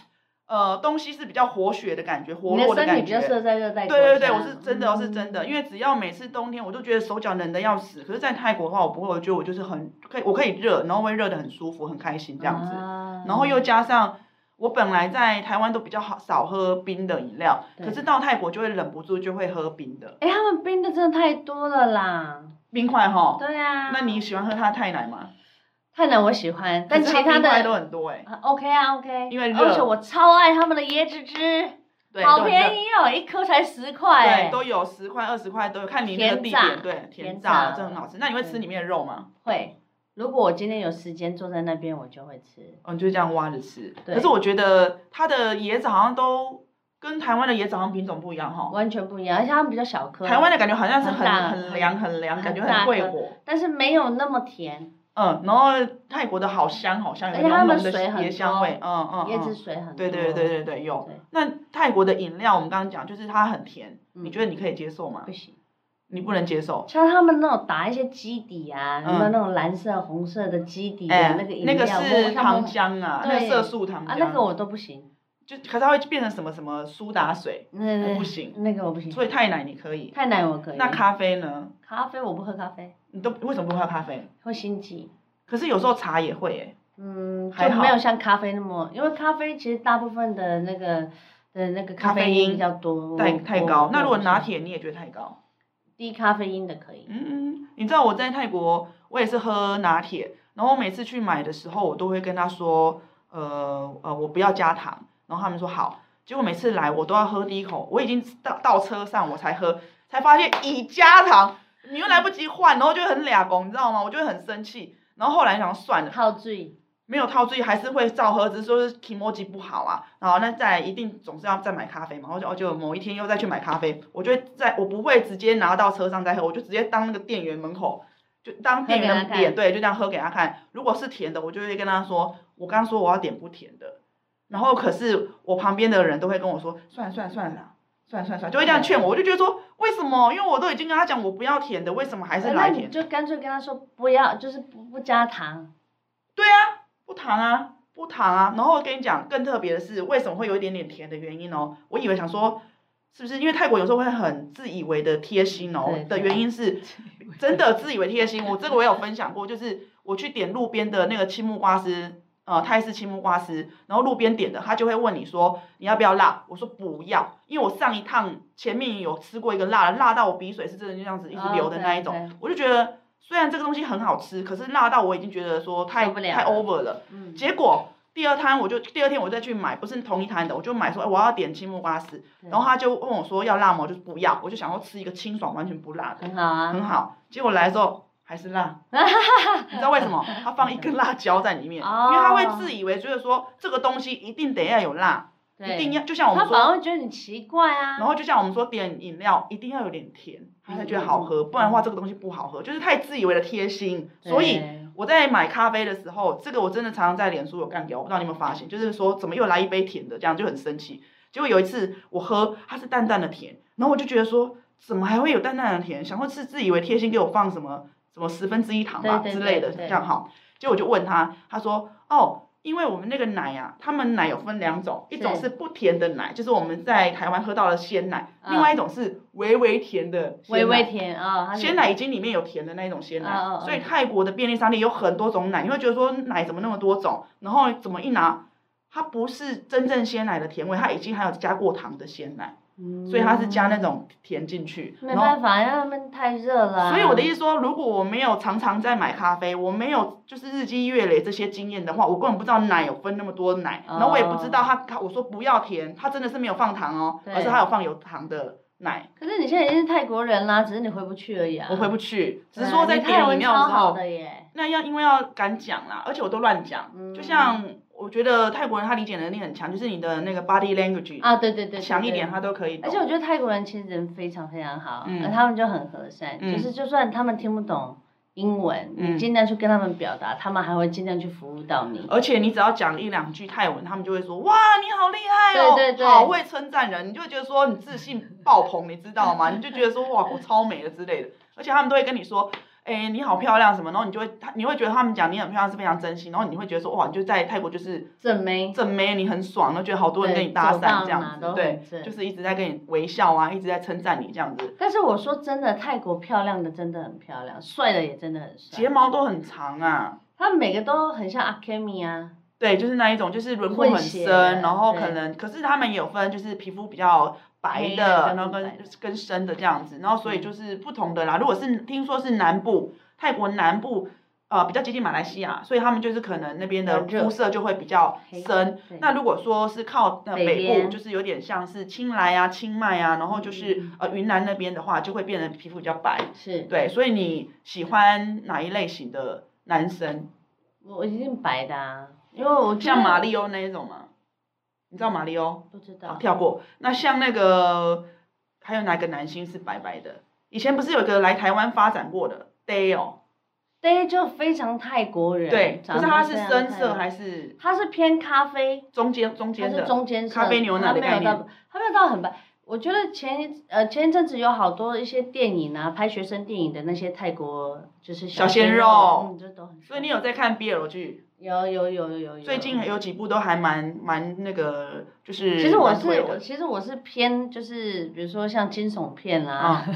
呃，东西是比较活血的感觉，活
你的
络的
身体
感
比较适合
觉。
在热带
对
国家。嗯
对对，我是真的，我是真的，因为只要每次冬天，我都觉得手脚冷的要死。可是，在泰国的话，我不会，我觉得我就是很可以，我可以热，然后会热的很舒服，很开心这样子。
啊
然后又加上我本来在台湾都比较好少喝冰的饮料，
对
可是到泰国就会忍不住就会喝冰的
哎，他们冰的真的太多了啦。
冰块哈。
对啊。
那你喜欢喝它的泰奶吗？
泰南我喜欢，但
可是
其
它
他
冰块都
的。
很多哎、
啊 OK 啊，OK，
因为热
而且我超爱他们的椰子汁，
对，
好便
宜。
宜哦，一颗才十块哎
对，，都有十块、二十块都有，看你那个地
甜炸
点。对，甜
甜
炸
炸
这很好吃。那你会吃里面的肉吗？
会。如果我今天有时间坐在那边，我就会吃。
嗯，就这样挖着吃。
对
可是我觉得它的椰子好像都跟台湾的椰子好像品种不一样哈。
完全不一样，而且它们比较小颗，
台湾的感觉好像是
很大
很很凉很凉，
很
感觉
大
很贵
颗
火。
但是没有那么甜，
嗯，然后泰国的好香好香，有
而且他
浓
们
浓的
水很
椰香味，嗯嗯
椰子
嗯，
水很多。
对对对对对有
对。
那泰国的饮料我们刚刚讲就是它很甜，
嗯
你觉得你可以接受吗
不？行，
你不能接受。
像他们那种打一些基底啊，
嗯
有没有那种蓝色、红色的基底的
哎
那个，饮
那
料？
个
我
是
我想
糖
不
浆啊，那个
对
色素糖
啊，那个
浆，
我都不行，
就可是它会变成什么什么苏打水，
那
我
那
不行，
那个我不行。
所以太奶你可以。
太奶我可以。
那咖啡呢？
咖啡我不喝咖啡，
你都为什么不喝咖啡？
会心悸。
可是有时候茶也会诶，
嗯，就
还好
没有像咖啡那么，因为咖啡其实大部分的那个的那个
咖
咖
啡
啡
因
因比较多，
太
我
太
我
高。那
我
如果
不
拿
行
铁，你也觉得太高？
低咖啡因的可以，
嗯，你知道我在泰国，我也是喝拿铁，然后我每次去买的时候，我都会跟他说，呃呃，我不要加糖，然后他们说好，结果每次来我都要喝第一口，我已经到到车上我才喝，才发现已加糖，你又来不及换，然后就很俩公，你知道吗？我就会很生气，然后后来想算了，
套醉。
没有套醉还是会照喝，只是说是 k i m o j i 不好啊。然后那再来一定总是要再买咖啡嘛，然后就哦就某一天又再去买咖啡，我就会在我不会直接拿到车上再喝，我就直接当那个店员门口，就当店员
喝给
的
他
脸，
看
对，就这样喝给他看。如果是甜的，我就会跟他说，我刚说我要点不甜的，然后可是我旁边的人都会跟我说，算了算了算了啦。算了算了算了，就会这样劝我，我就觉得说为什么？因为我都已经跟他讲我不要甜的，为什么还是
哎那
来
你
甜？
就干脆跟他说不要，就是不不 加糖。
对啊，不糖啊，不糖啊。然后我跟你讲，更特别的是，为什么会有一点点甜的原因哦？我以为想说，是不是因为泰国有时候会很自以为的贴心哦
对？
的原因是，真的自以为贴心。我这个我有分享过，就是我去点路边的那个青木瓜丝。呃，泰式青木瓜丝，然后路边点的，他就会问你说你要不要辣？我说不要，因为我上一趟前面有吃过一个辣的，辣到我鼻水是真的就这样子一直
哦
流的那一
对
种，
对
我就觉得虽然这个东西很好吃，可是辣到我已经觉得说太
受不了
太 over 了。
嗯，
结果第二摊我就第二天我再去买，不是同一摊的，我就买说、哎我要点青木瓜丝，
对
然后他就问我说要辣吗？我就不要，我就想要吃一个清爽完全不辣的，
很好啊，
很好。结果来的时候还是辣，你知道为什么？他放一根辣椒在里面，
哦
因为他会自以为觉得说这个东西一定得要有辣，一定
要。
要就像我们
他
说
反而会觉得你奇怪啊。
然后就像我们说点饮料一定要有点甜，他才觉得好喝，不然的话这个东西不好喝，就是太自以为的贴心。
对
所以我在买咖啡的时候，这个我真的常常在脸书有干掉，我不知道你有没有发现，就是说怎么又来一杯甜的，这样就很生气。结果有一次我喝，它是淡淡的甜，然后我就觉得说怎么还会有淡淡的甜，想说是自以为贴心给我放什么什么十分之一糖吧
对对
之类的，这
对对
样哈。结果我就问他，他说哦。因为我们那个奶啊，他们奶有分两种，一种
是
是不甜的奶，就是我们在台湾喝到的鲜奶，
嗯
另外一种是微微甜的鲜奶
微微甜啊，它是
鲜奶已经里面有甜的那一种鲜奶，
嗯嗯嗯
所以泰国的便利商店有很多种奶，你会觉得说奶怎么那么多种，然后怎么一拿，它不是真正鲜奶的甜味，它已经还有加过糖的鲜奶，所以它是加那种甜进去，
嗯没
然后。
办法，因为他们太热了啊。
所以我的意思说，如果我没有常常在买咖啡，我没有就是日积月累这些经验的话，我根本不知道奶有分那么多奶，
哦
然后我也不知道它它我说不要甜，它真的是没有放糖哦，
对
而是它有放有糖的奶，
可是你现在已经是泰国人啦，只是你回不去而已啊。
我回不去，只是说在
对啊你泰
点
文
饮料的
超
时
好
候，
的耶，
那要因为要敢讲啦，而且我都乱讲，
嗯
就像我觉得泰国人他理解能力很强，就是你的那个 body language、
啊，对对对，对
强一点，
对
他都可以懂，
而且我觉得泰国人其实人非常非常好，
嗯
而他们就很和善，
嗯
就是就算他们听不懂英文，
嗯
你尽量去跟他们表达，他们还会尽量去服务到你。
而且你只要讲一两句泰文，他们就会说哇，你好厉害哦，
对对对
好会称赞人，你就会觉得说你自信爆 棚，你知道吗？你就觉得说哇，我超美的之类的。而且他们都会跟你说，哎、你好漂亮什么，然后你就会，他你会觉得他们讲你很漂亮是非常真心，然后你会觉得说哇，你就在泰国就是
正妹，
正妹，你很爽，然后觉得好多人跟你搭
对走
讪
到
这样
哪
子
都，很
对，
正
就是一直在跟你微笑啊，一直在称赞你这样子，
但是我说真的，泰国漂亮的真的很漂亮，帅的也真的很
睫
帅，
毛都很长啊。
他们每个都很像阿 Kimi 啊，
对，就是那一种，就是轮廓
混
很
血
深，
的
然后可
对
能，可是他们也有分，就是皮肤比较白
黑
的，
的
然后跟
跟白的
跟深的这样子，然后所以
嗯
就是不同的啦。如果是听说是南部，泰国南部，呃，比较接近马来西亚，所以他们就是可能那边的
比较热
肤色就会比较
黑
深
对。
那如果说是靠呃
北
北部，
边嗯
就是有点像是清莱啊、清迈啊，然后就是呃云南那边的话，就会变得皮肤比较白。
是，
对，所以你喜欢哪一类型的男生？
我我一定白的啊，因为我觉
像
得
马里欧那一种吗？你知道马里欧？
不知
好，
道，
跳过。那像那个还有哪个男星是白白的？以前不是有一个来台湾发展过的 Dale？
对，就非常泰国人，
对，可是
长得
他是
非常
深
泰
色
国
还是
他是偏咖啡，
中间中
他
间
是
的？
中间色，
咖啡牛奶
他
的
没有
概念
到，他没有到很白。我觉得前一呃前一阵子有好多一些电影啊，拍学生电影的那些泰国就是
小鲜
鲜
肉
嗯，这都很帅。
所以你有在看 BL 剧？
有有有有有
最近有几部都还蛮蛮那个，就是
其实我
蛮
是
推的
我其实我是偏就是比如说像惊悚片啦
啊，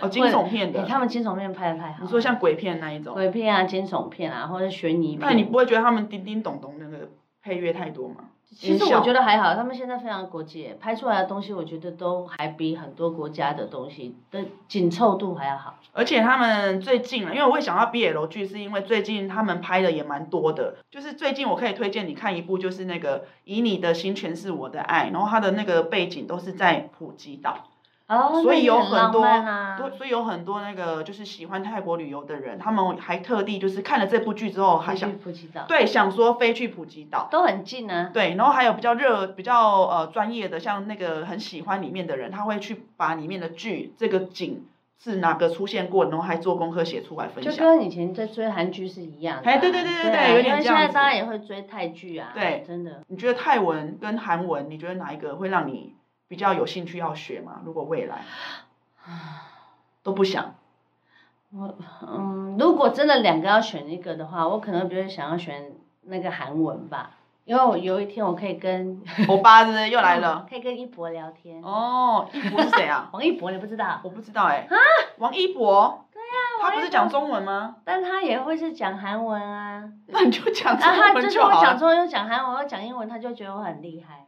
哦惊悚片
诶
的，
他们惊悚片拍的太好，
你说像鬼片那一种，
鬼片啊、惊悚片啊，或者悬疑片，
那你不会觉得他们叮叮咚咚那个配乐太多吗？
其实
影响
我觉得还好，他们现在非常国际，拍出来的东西我觉得都还比很多国家的东西的紧凑度还要好。
而且他们最近了，因为我会想到 BL 剧，是因为最近他们拍的也蛮多的。就是最近我可以推荐你看一部，就是那个《以你的心诠释我的爱》，然后它的那个背景都是在普吉岛，
哦，
所
那
以
也
有
很
很
浪
多、
漫啊。
多所以有很多那个就是喜欢泰国旅游的人，他们还特地就是看了这部剧之后，还
还去
想
普吉岛，
对想说飞去普吉岛。
都很近啊。
对，然后还有比较热、比较呃专业的，像那个很喜欢里面的人，他会去把里面的剧、这个景是哪个出现过，然后还做功课写出来分
就
享。
跟以前在追韩剧是一样的、啊。
哎对对对对
对啊
对有点
因为
这
现
样
在
子
大家也会追泰剧啊。
对
真的。
你觉得泰文跟韩文，你觉得哪一个会让你比较有兴趣要学吗？如果未来都不想，
我嗯，如果真的两个要选一个的话，我可能比较想要选那个韩文吧，因为我有一天我可以跟？
欧巴是不是又来了
可以跟一博聊天。
哦，一博是谁啊？
王一博你不知道，
我不知道哎、
啊
王一博。对呀、他不是讲中文吗？
但他也会是讲韩文啊。
那你就讲
啊，
中
他就
文
是
就
我
好
讲
了。
中文又讲韩文又讲英文，他就觉得我很厉害。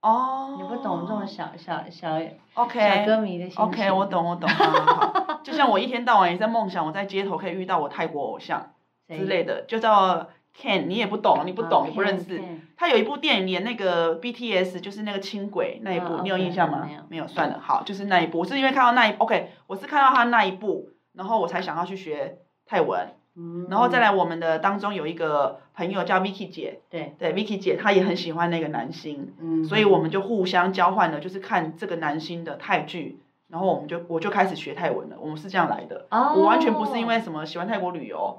哦，
你不懂这种小小小小
OK
歌迷的心情。
OK，我。懂我懂。好好 好就像我一天到晚也在梦想，我在街头可以遇到我泰国偶像之类
的，
的，就叫 Ken，你也不懂，你不
哦
懂，你不认识。
OK，OK
他有一部电影，演那个 BTS 就是那个轻轨那一部，
啊
你有
OK，
印象吗？
没有
算了，好，就是那一部。我是因为看到那一，OK，我是看到他那一部，然后我才想要去学泰文。
嗯
然后再来，我们的当中有一个朋友叫 Vicky 姐，
对，
对 Vicky 姐，她也很喜欢那个男星，
嗯，
所以我们就互相交换了，就是看这个男星的泰剧，然后我们就我就开始学泰文了。我们是这样来的，
哦
我完全不是因为哦什么喜欢泰国旅游，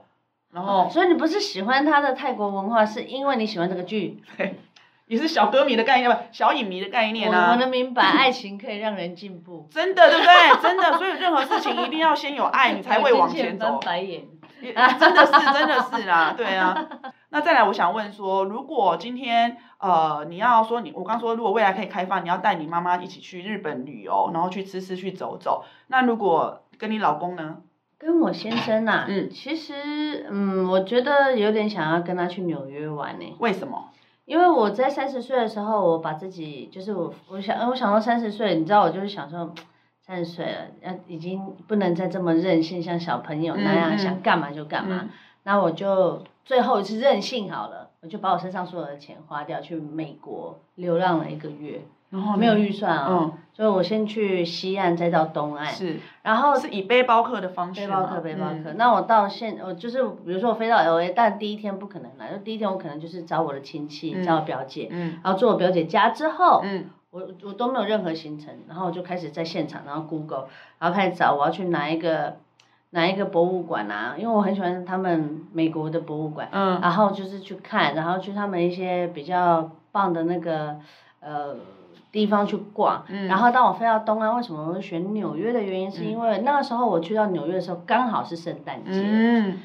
然后
所以你不是喜欢他的泰国文化，是因为你喜欢这个剧。
也是小歌迷的概念吧，小影迷的概念啊。，
我我能明白，爱情可以让人进步
真的，对不对？真的，所以任何事情一定要先有爱，你 才会往前
我之前
走
翻。白眼，
也真的是，真的是啦，对啊。那再来，我想问说，如果今天呃，你要说你，我刚说，如果未来可以开放，你要带你妈妈一起去日本旅游，然后去吃吃去走走。那如果跟你老公呢？
跟我先生呐、啊，
嗯
其实，嗯，我觉得有点想要跟他去纽约玩欸呢、
为什么？
因为我在三十岁的时候，我把自己就是我，我想，我想到三十岁，你知道，我就是想说，三十岁了，要已经不能再这么任性，像小朋友那样、
嗯嗯
想干嘛就干嘛
嗯。
那、我就最后一次任性好了，我就把我身上所有的钱花掉，去美国流浪了一个月，
嗯然后呢
没有预算啊、
嗯，
所以我先去西岸，再到东岸，
是哦
然后
是以背包客的方式
背
吗
包客，背包客。
嗯
那我到现，我就是比如说我飞到 L A，但第一天不可能来，就第一天我可能就是找我的亲戚，
嗯
找我表姐，
嗯
然后住我表姐家之后，
嗯
我我都没有任何行程，然后我就开始在现场，然后 Google，然后开始找我要去哪一个哪一个博物馆啊，因为我很喜欢他们美国的博物馆，
嗯
然后就是去看，然后去他们一些比较棒的那个呃地方去逛。
嗯
啊然后当我飞到东岸，为什么我会选纽约的原因，是因为那个时候我去到纽约的时候，刚好是圣诞节、
嗯，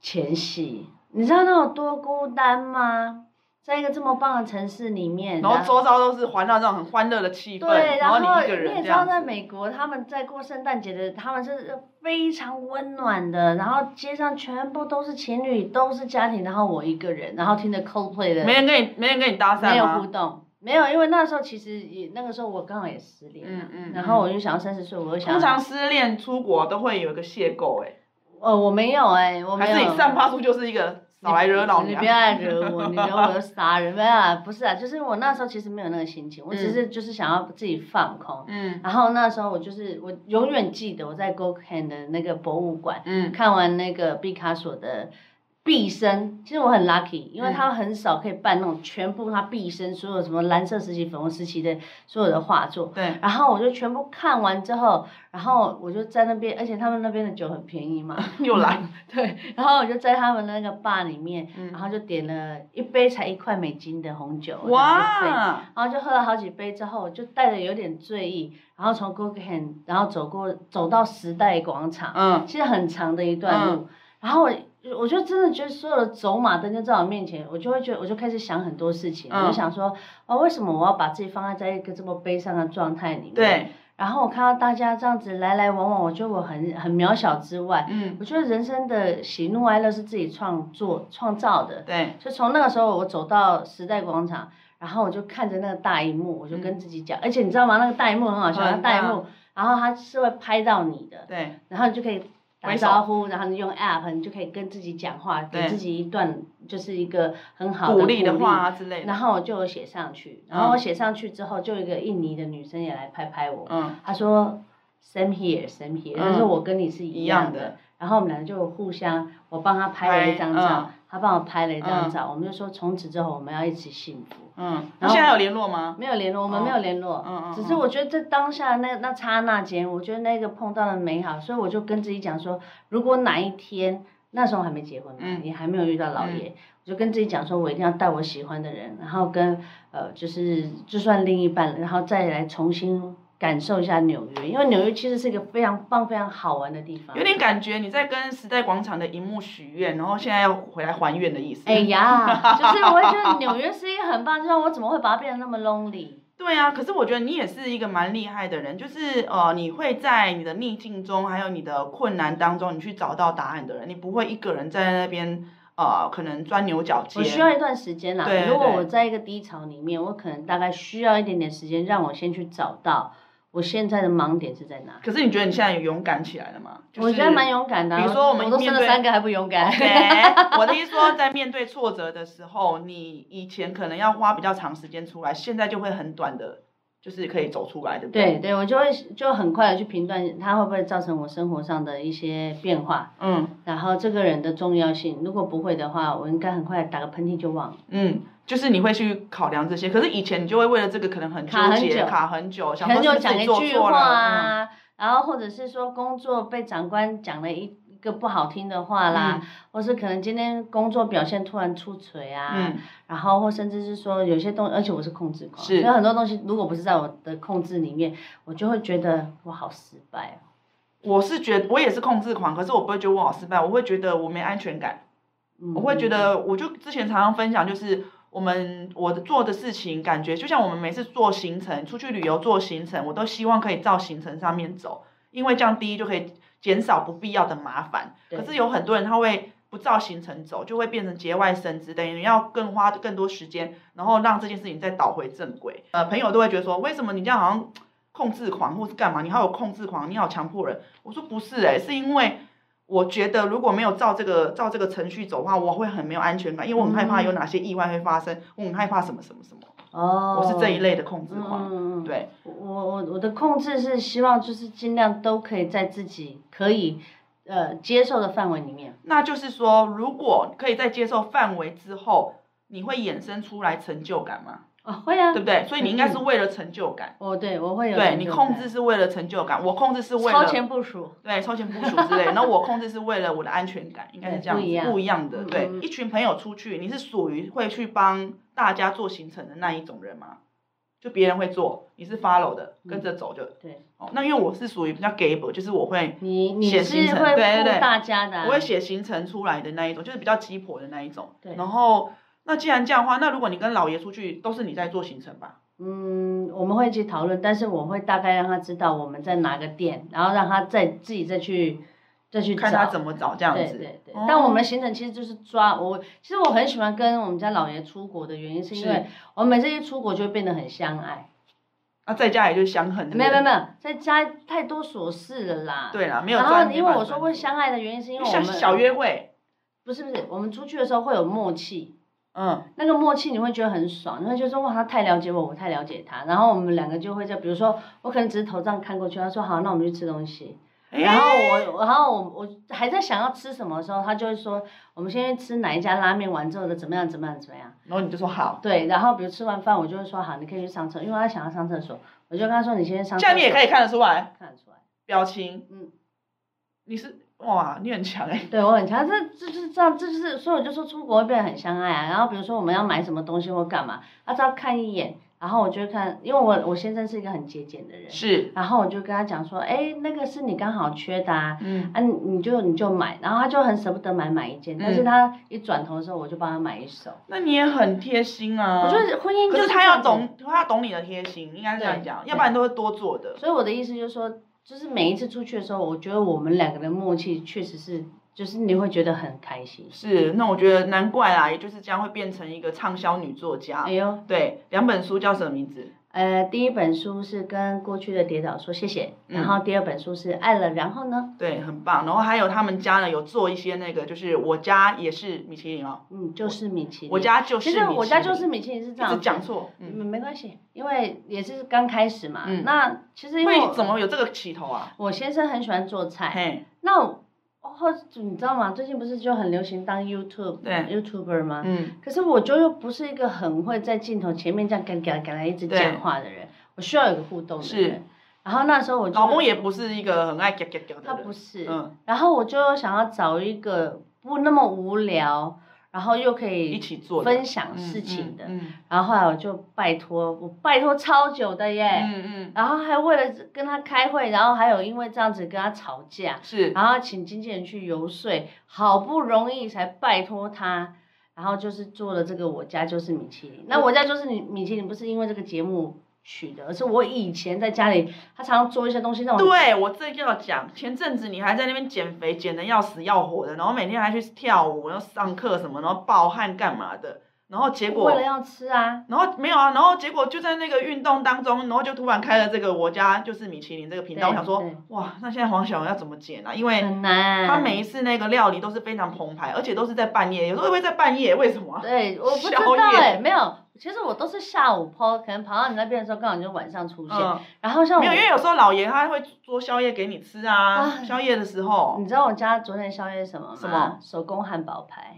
前夕，你知道那有多孤单吗？在一个这么棒的城市里面，
然后周遭都是环绕这种很欢乐的气氛，
对，
然
后
你一个
也
人
知
这
道，
样
在
子。
美国他们在过圣诞节的，他们是非常温暖的，然后街上全部都是情侣，都是家庭，然后我一个人，然后听着 Coldplay 的，
没人跟你，没人跟你搭
没
讪
有
吗？
互动，没有，因为那时候其实也那个时候我刚好也失恋了，
嗯嗯
然后我就想要三十岁，我就想
通
要，
常失恋出国都会有一个邂逅、欸，
呃，我没有哎、我
还
没有，
是你散发出就是一个少来惹老
你
娘。
不要来惹 我，你惹我就杀人，没有啊，不是啊，就是我那时候其实没有那个心情，我只是就是想要自己放空。
嗯
然后那时候我就是我永远记得我在 g o k a n 的那个博物馆
嗯
看完那个毕卡索的毕生，其实我很 lucky，因为他很少可以办那种全部他毕生所有什么蓝色时期、粉红时期的所有的画作。
对，
然后我就全部看完之后，然后我就在那边，而且他们那边的酒很便宜嘛，
又来。
对，然后我就在他们那个 bar 里面，
嗯
然后就点了一杯才一块美金的红酒，然后一杯
哇，
然后就喝了好几杯之后，我就带着有点醉意，然后从 g o o g h a n 然后走过走到时代广场，
嗯
其实很长的一段路，然后我我就真的觉得所有的走马灯就在我面前，我就会觉得我就开始想很多事情，
嗯
我就想说，哦，为什么我要把自己放在在一个这么悲伤的状态里面？。
对，
然后我看到大家这样子来来往往，我觉得我很很渺小之外，
嗯
我觉得人生的喜怒哀乐是自己创作创造的，
对，
所以从那个时候我走到时代广场，然后我就看着那个大荧幕，我就跟自己讲，而且你知道吗？那个大荧幕很好笑，它
嗯很大
大荧幕，然后它是会拍到你的，
对，
然后你就可以打
挥手
招呼，然后你用 app，你就可以跟自己讲话，给
对
自己一段就是一个很好的
鼓励的话啊之类
然
的，
后我就有写上去，然后我写上去之后，就有一个印尼的女生也来拍拍我，
嗯，
她说 same here same here，
嗯
她说我跟你是一
一
样
样
的，
的，
然后我们两个就互相，我帮她拍了一张
拍
照
嗯，
她帮我拍了一张照，我们就说从此之后我们要一起幸福。
嗯，
然
那
后
现在有联络吗？
没有联络，我们
哦
没有联络，
嗯嗯
只是
嗯
我觉得这当下那那刹那间，我觉得那个碰到的美好，所以我就跟自己讲说，如果哪一天那时候还没结婚嘛，
嗯
也还没有遇到老爷，我就跟自己讲说，我一定要带我喜欢的人，然后跟呃，就是就算另一半，然后再来重新感受一下纽约，因为纽约其实是一个非常棒、非常好玩的地方。
有点感觉你在跟时代广场的荧幕许愿，然后现在要回来还愿的意思。
哎 呀，就是我会觉得纽约是一个很棒的地方，我怎么会把它变得那么 lonely？
对啊，可是我觉得你也是一个蛮厉害的人，就是呃，你会在你的逆境中，还有你的困难当中，你去找到答案的人，你不会一个人在那边呃，可能钻牛角尖。
我需要一段时间啦
对。
如果
对
我在一个低潮里面，我可能大概需要一点点时间，让我先去找到我现在的盲点是在哪。
可是你觉得你现在有勇敢起来了吗？就是、
我觉得蛮勇敢的啊、
比如说我们
都生
面
了
对
三个还不勇敢。
OK，我的意思说，在面对挫折的时候，你以前可能要花比较长时间出来，现在就会很短的，就是可以走出来，对不
对对，我就会就很快的去评断它会不会造成我生活上的一些变化，
嗯
然后这个人的重要性，如果不会的话，我应该很快打个喷嚏就忘了。
嗯，就是你会去考量这些。可是以前你就会为了这个可能很纠
卡很
结，
久
卡很久，想
可能
说
就是
不是
讲
自己
一
做
句
错
话
了。嗯
啊，然后或者是说工作被长官讲了一一个不好听的话啦，
嗯
或是可能今天工作表现突然出锤啊，
嗯，
然后或甚至是说有些东而且我是控制狂，
是
有很多东西如果不是在我的控制里面，我就会觉得我好失败哦。
我是觉得我也是控制狂，可是我不会觉得我好失败，我会觉得我没安全感。
嗯
我会觉，得，我就之前常常分享，就是我们我做的事情，感觉就像我们每次做行程，出去旅游做行程，我都希望可以照行程上面走，因为这样第一就可以减少不必要的麻烦。
对
可是有很多人他会不照行程走，就会变成节外生枝，等于你要更花更多时间，然后让这件事情再倒回正轨。呃，朋友都会觉得说，为什么你这样好像控制狂或是干嘛？你好有控制狂，你好强迫人。我说不是诶、是因为我觉得如果没有照这个照这个程序走的话，我会很没有安全感，因为我很害怕
嗯
有哪些意外会发生，我很害怕什么什么什么，
哦，
我是这一类的控制狂。
嗯，嗯嗯嗯
对，
我我我的控制是希望就是尽量都可以在自己可以呃接受的范围里面。
那就是说，如果可以在接受范围之后，你会衍生出来成就感吗？
哦，会啊
对，不对？所以你应该是为了成就感，
哦，对，我会有
对
成
你
就
控
感
制是为了成就感，我控制是为
超
了
前部署。
对，超前部署之类，然后我控制是为了我的安全感，应该是这样
对不一样
子，不一样的。
嗯
对
嗯，嗯
一群朋友出去，你是属于会去帮大家做行程的那一种人吗？就别人会做，你是 follow 的，跟着走就。
嗯对，
哦，那因为我是属于比较 gable，就是我会
你你
写行
是
程
会
对对
顾
对
大家的啊、
我会写行程出来的那一种，就是比较鸡婆的那一种。
对
然后，那既然这样的话，那如果你跟老爷出去，都是你在做行程吧？
嗯，我们会去讨论，但是我会大概让他知道我们在哪个店，然后让他再自己再去再去
看他
找
怎么找这样
对
子。
对对，
哦
但我们的行程其实就是抓我，其实我很喜欢跟我们家老爷出国的原因，是因
是
为我们每次一出国就会变得很相爱。
那在家也就相恨。
没有没有没有，在家太多琐事了啦。
对啦，没有
然
专。
后因
没
为
办
我
法
说会相爱的原因，是因为我
像
们
小约会，
不是不是，我们出去的时候会有默契。
嗯。
那个默契你会觉得很爽，你会觉得说哇，他太了解我，我太了解他，然后我们两个就会在，比如说我可能只是头这样看过去，他说好，那我们去吃东西，然后我，然后我我还在想要吃什么的时候，他就会说我们先去吃哪一家拉面，完之后的怎么样怎么样怎么样，
然后你就说好，
对，然后比如吃完饭我就会说好，你可以去上厕所，因为他想要上厕所，我就跟他说你先去上厕
下
所，
面也可以看得出来
看得出来，
表情。
嗯，
你是哇，你很强哎、
对我很强，这这就是这样，这就是所以我就说出国会变得很相爱啊。然后比如说我们要买什么东西或干嘛，啊他只要看一眼，然后我就会看，因为我我先生是一个很节俭的人，
是，
然后我就跟他讲说，哎，那个是你刚好缺的啊，
嗯，
啊你你就你就买，然后他就很舍不得买买一件，但是
嗯
他一转头的时候，我就帮他买一手。
那你也很贴心啊。
我觉，得婚姻就
可是
这
他要
样子，
懂，他要懂你的贴心，应该是这样
对
讲，
对
要不然都会多做的。
所以我的意思就是说，就是每一次出去的时候，我觉得我们两个的默契确实是就是你会觉得很开心。
是，那我觉得难怪啊啦，也就是这样会变成一个畅销女作家
哎。呦，
对，两本书叫什么名字？
呃，第一本书是跟过去的跌倒说谢谢，
嗯
然后第二本书是爱了，然后呢，
对，很棒。然后还有他们家呢，有做一些那个，就是我家也是米其林哦，
嗯，就是米其林。
我家就是
其
米其
实
林。
我家就是米其林是
一
这样
直
子，
讲错，嗯，
嗯，没关系，因为也是刚开始嘛。
嗯
那其实因为
为
我
怎么有这个起头啊？
我先生很喜欢做菜，
嘿，
那我后你知道吗？最近不是就很流行当 YouTube
对
YouTuber 吗？
嗯，
可是我就又不是一个很会在镜头前面这样嘎嘎嘎嘎一直
对
讲话的人，我需要有个互动的
是
人。然后那时候我就
老公也不是一个很爱嘎嘎嘎的人，
他不是，
嗯，
然后我就想要找一个不那么无聊，然后又可以
一起做的
分享事情的。
嗯嗯
然后后来我就拜托，我拜托超久的耶，
嗯嗯，
然后还为了跟他开会，然后还有因为这样子跟他吵架，
是，
然后请经纪人去游说，好不容易才拜托他，然后就是做了这个我家就是米其
嗯
林。那我家就是米米其林不是因为这个节目取的，而是我以前在家里，他常常做一些东西让我
对我这就要讲，前阵子你还在那边减肥，减的要死要活的，然后每天还去跳舞，然后上课什么，然后暴汗干嘛的，然后结果
为了要吃啊，
然后没有啊，然后结果就在那个运动当中，然后就突然开了这个我家就是米其林这个频道。
对
我想说
对，
哇，那现在黄小文要怎么剪啊？因为
很难。
他每一次那个料理都是非常澎湃，而且都是在半夜，有时候会在半夜，为什么啊、
对，我不知
宵夜
道哎、没有。其实我都是下午抛，可能跑到你那边的时候，刚好就晚上出现。
嗯，
然后像我
没有，因为有时候老爷他会做宵夜给你吃啊，
唉
宵夜的时候，
你知道我家昨天宵夜什么吗？
什么？
手工汉堡排，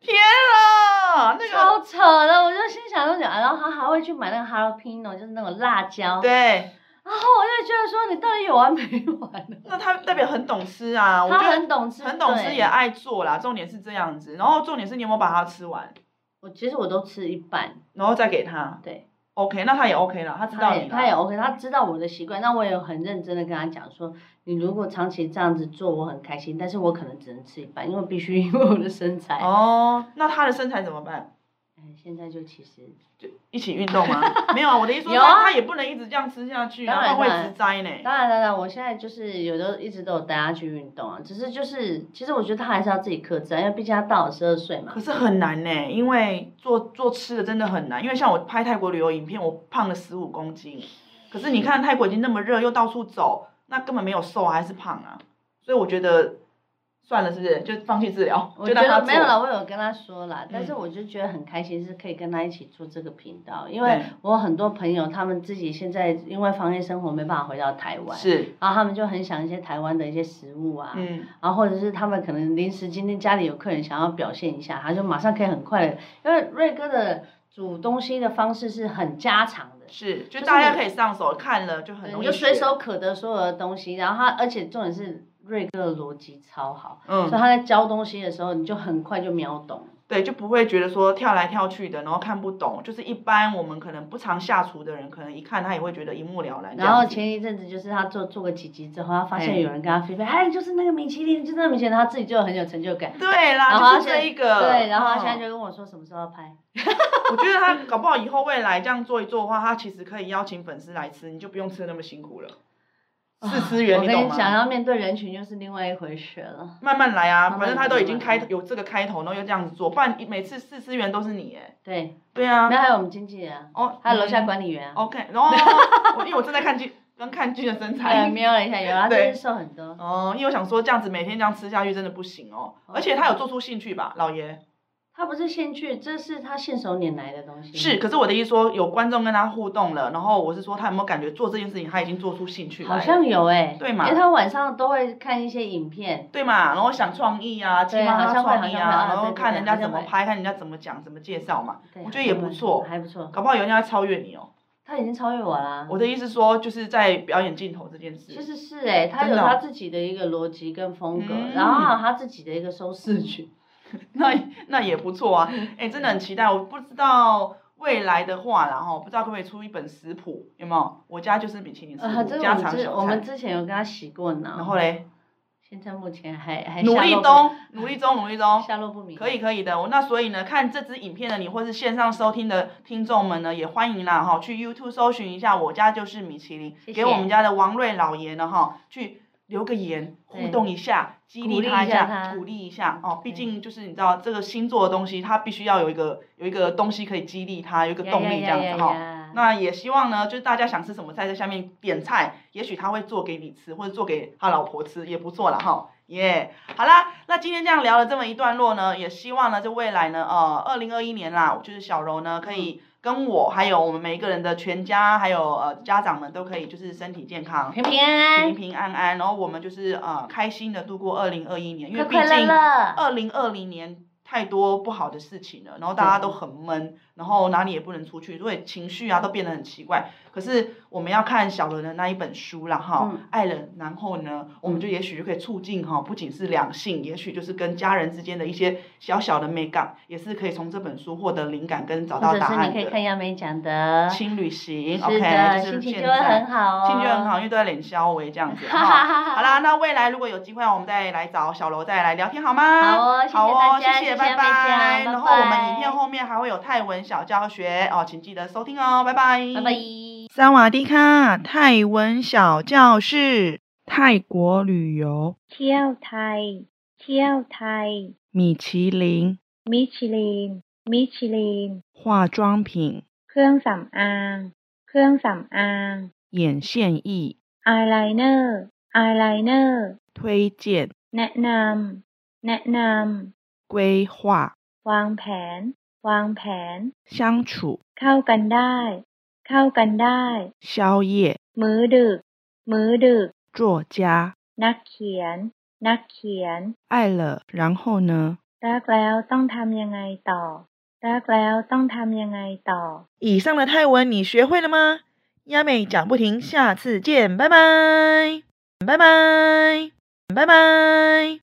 天啊，那个
超扯的！我就心想说你，然后他还会去买那个 jalapeno，就是那种辣椒。
对，
然后我就觉得说，你到底有完没完呢？
那他代表很懂吃啊，我觉
他
得
很懂吃，
很懂吃
对
也。爱做啦，重点是这样子，然后重点是你有没有把它吃完，
我其实我都吃一半，
然后再给他
对，
，OK，那他也 OK 了，他知道
他
你
也
了，
他也 OK，他知道我的习惯，那我也很认真的跟他讲说，你如果长期这样子做，我很开心，但是我可能只能吃一半，因为必须 因为我的身材。
哦，那他的身材怎么办？
嗯，现在就其实
就一起运 动吗？没有啊，我的意思说
有啊
他他也不能一直这样吃下去，
当然
然后会
当然
直栽呢。
当然，当然，我现在就是有的一直都有带他去运动啊，只是就是，其实我觉得他还是要自己克制啊，因为毕竟他到了十二岁嘛
可。是很难呢，因为做做吃的真的很难。因为像我拍泰国旅游影片，我胖了十五公斤，可是你看泰国已经那么热，又到处走，那根本没有瘦啊，还是胖啊。所以我觉得算了，是不是就放弃治疗？
我
就
觉
让他
得
做
没有啦，我有跟他说啦，但是
嗯
我就觉得很开心，是可以跟他一起做这个频道，因为
对
我很多朋友他们自己现在因为防疫生活没办法回到台湾，
是，
然后他们就很想一些台湾的一些食物啊，
嗯，
然后或者是他们可能临时今天家里有客人想要表现一下，他就马上可以很快的，因为瑞哥的煮东西的方式是很家常的，
是，就
就是
大家
你
可以上手看了，就很
对
容
你
易
就随
学
手可得所有的东西，然后他而且重点是瑞哥的逻辑超好，
嗯
所以他在教东西的时候你就很快就秒懂。
对，就不会觉得说跳来跳去的，然后看不懂。就是一般我们可能不常下厨的人，可能一看他也会觉得一目了然这样子。
然后前一阵子就是他做做个几集之后，他发现有人跟他 feedback，哎，就是那个米其林，就是那个米其林，他自己就很有成就感。
对
然
啦，
后他
啊就是
现在
这一个。
对，然后他
嗯
现在就跟我说什么时候要拍，
我觉得他搞不好以后未来这样做一做的话，他其实可以邀请粉丝来吃，你就不用吃得那么辛苦了。四思源，
啊我跟
懂
你讲，
吗？
要面对人群又是另外一回事了。
慢慢来啊，
慢慢
反正他都已经
来慢慢
开有这个开头，然后又这样子做，不然每次四思源都是你哎。
对，
对啊
然。后还有我们经纪人啊，
哦，
还有楼下
嗯
管理员啊，
OK，然后 我因为我正在看剧，刚看剧的身材
哎，。瞄了一下，有啊，他
对
真是瘦很多。
哦，因为我想说这样子每天这样吃下去真的不行哦，
哦
而且他有做出兴趣吧，老爷
他不是兴趣，这是他信手拈来的东西。
是，可是我的意思说有观众跟他互动了，然后我是说他有没有感觉做这件事情他已经做出兴趣来
好
了，
像有哎、
对嘛
因为他晚上都会看一些影片，
对嘛，然后想创意啊，激
对
发
好
他
像会
创意
好像
啊，
会
然
啊对
后
对
看
对
人家
好像
怎么
会
拍，看人家怎么讲，怎么介绍嘛，
对
我觉得也不错
还不错。
搞不好有人要超越你哦。
他已经超越我啦。
我的意思说就是在表演镜头这件
其
事，
实是哎、他有
真的哦
他自己的一个逻辑跟风格，
嗯
然后还有他自己的一个收视曲。
那那也不错啊，
嗯
哎，真的很期待，我不知道。未来的话啦，然后不知道可不可以出一本食谱，有没有？我家就是米其林食谱，
啊，这个
家
我们
常
之
小
我
菜
们。之前有跟他洗过脑，
然后嘞，
现在目前还还
努
嗯下
力
落不
中，努力中，努力中，
下落不明。
可以可以的。我那所以呢，看这支影片的你，或是线上收听的听众们呢，也欢迎啦哈，去 YouTube 搜寻一下，我家就是米其林，
谢谢
给我们家的王瑞老爷呢哈，去留个言，互
对
动一下，激励
鼓励
他
一
一
下
下，
他
鼓励一下哦。毕
对
竟就是你知道这个星座的东西，它必须要有一个有一个东西可以激励他，有一个动力这样子哈。
哈
那也希望呢，就是大家想吃什么菜，在下面点菜，也许他会做给你吃，或者做给他老婆吃，也不错了哈。耶、好啦，那今天这样聊了这么一段落呢，也希望呢，这未来呢，呃，二零二一年啦，就是小柔呢，可
嗯
以跟我，还有我们每一个人的全家，还有呃家长们，都可以就是身体健康。
平平安
平
安，
平安安，然后我们就是呃开心的度过二零二一年，因为
快
毕
快乐
竟
乐，
二零二零年太多不好的事情了，然后大家都很闷，然后哪里也不能出去，所以情绪啊都变得很奇怪。可是我们要看小伦的那一本书啦，哈，
嗯
爱了，然后呢，我们就也许就可以促进哈，不仅是两性，也许就是跟家人之间的一些小小的美感，也是可以从这本书获得灵感跟找呃到
或者
答
是
案
你可以看
的。
亚美讲的，是
轻旅行
的，
，OK，就
心
是
情
现
就会
在
很。好哦，
兴趣很好，因为都在脸消微这样 子。
哈哈哈
哈
哈
好啦，那未来如果有机会，我们再来找小楼再来聊天好吗？
好哦谢谢
好哦，
大家
谢
谢谢
拜
美嘉
然
拜
后我们
拜
影片后面还会有泰文小教学哦，请记得收听哦，拜拜，
拜拜。
萨瓦迪卡，泰文小教室，泰国旅游，
เที่ยวไทย เที่ยวไทย
米其林，
มิชลิน มิชลิน
化妆品，
เครื่องสำอาง เครื่องสำอาง
眼线液，
อายไลเนอร์ อายไลเนอร์
推荐，
แนะนำ แนะน
规划，
ำ วางแผน วางแผน
相处，
เข้ากันได้ เข้ากันได้
宵夜，
มื้อดึก มื้อดึก
作家，
นักเขียน นักเขียน
爱了，然后呢？
รักแล้วต้องทำยังไงต่อ รักแล้วต้องทำยังไงต่อ
以上的泰文你学会了吗？亚美讲不停，下次见，拜拜，拜拜，拜拜。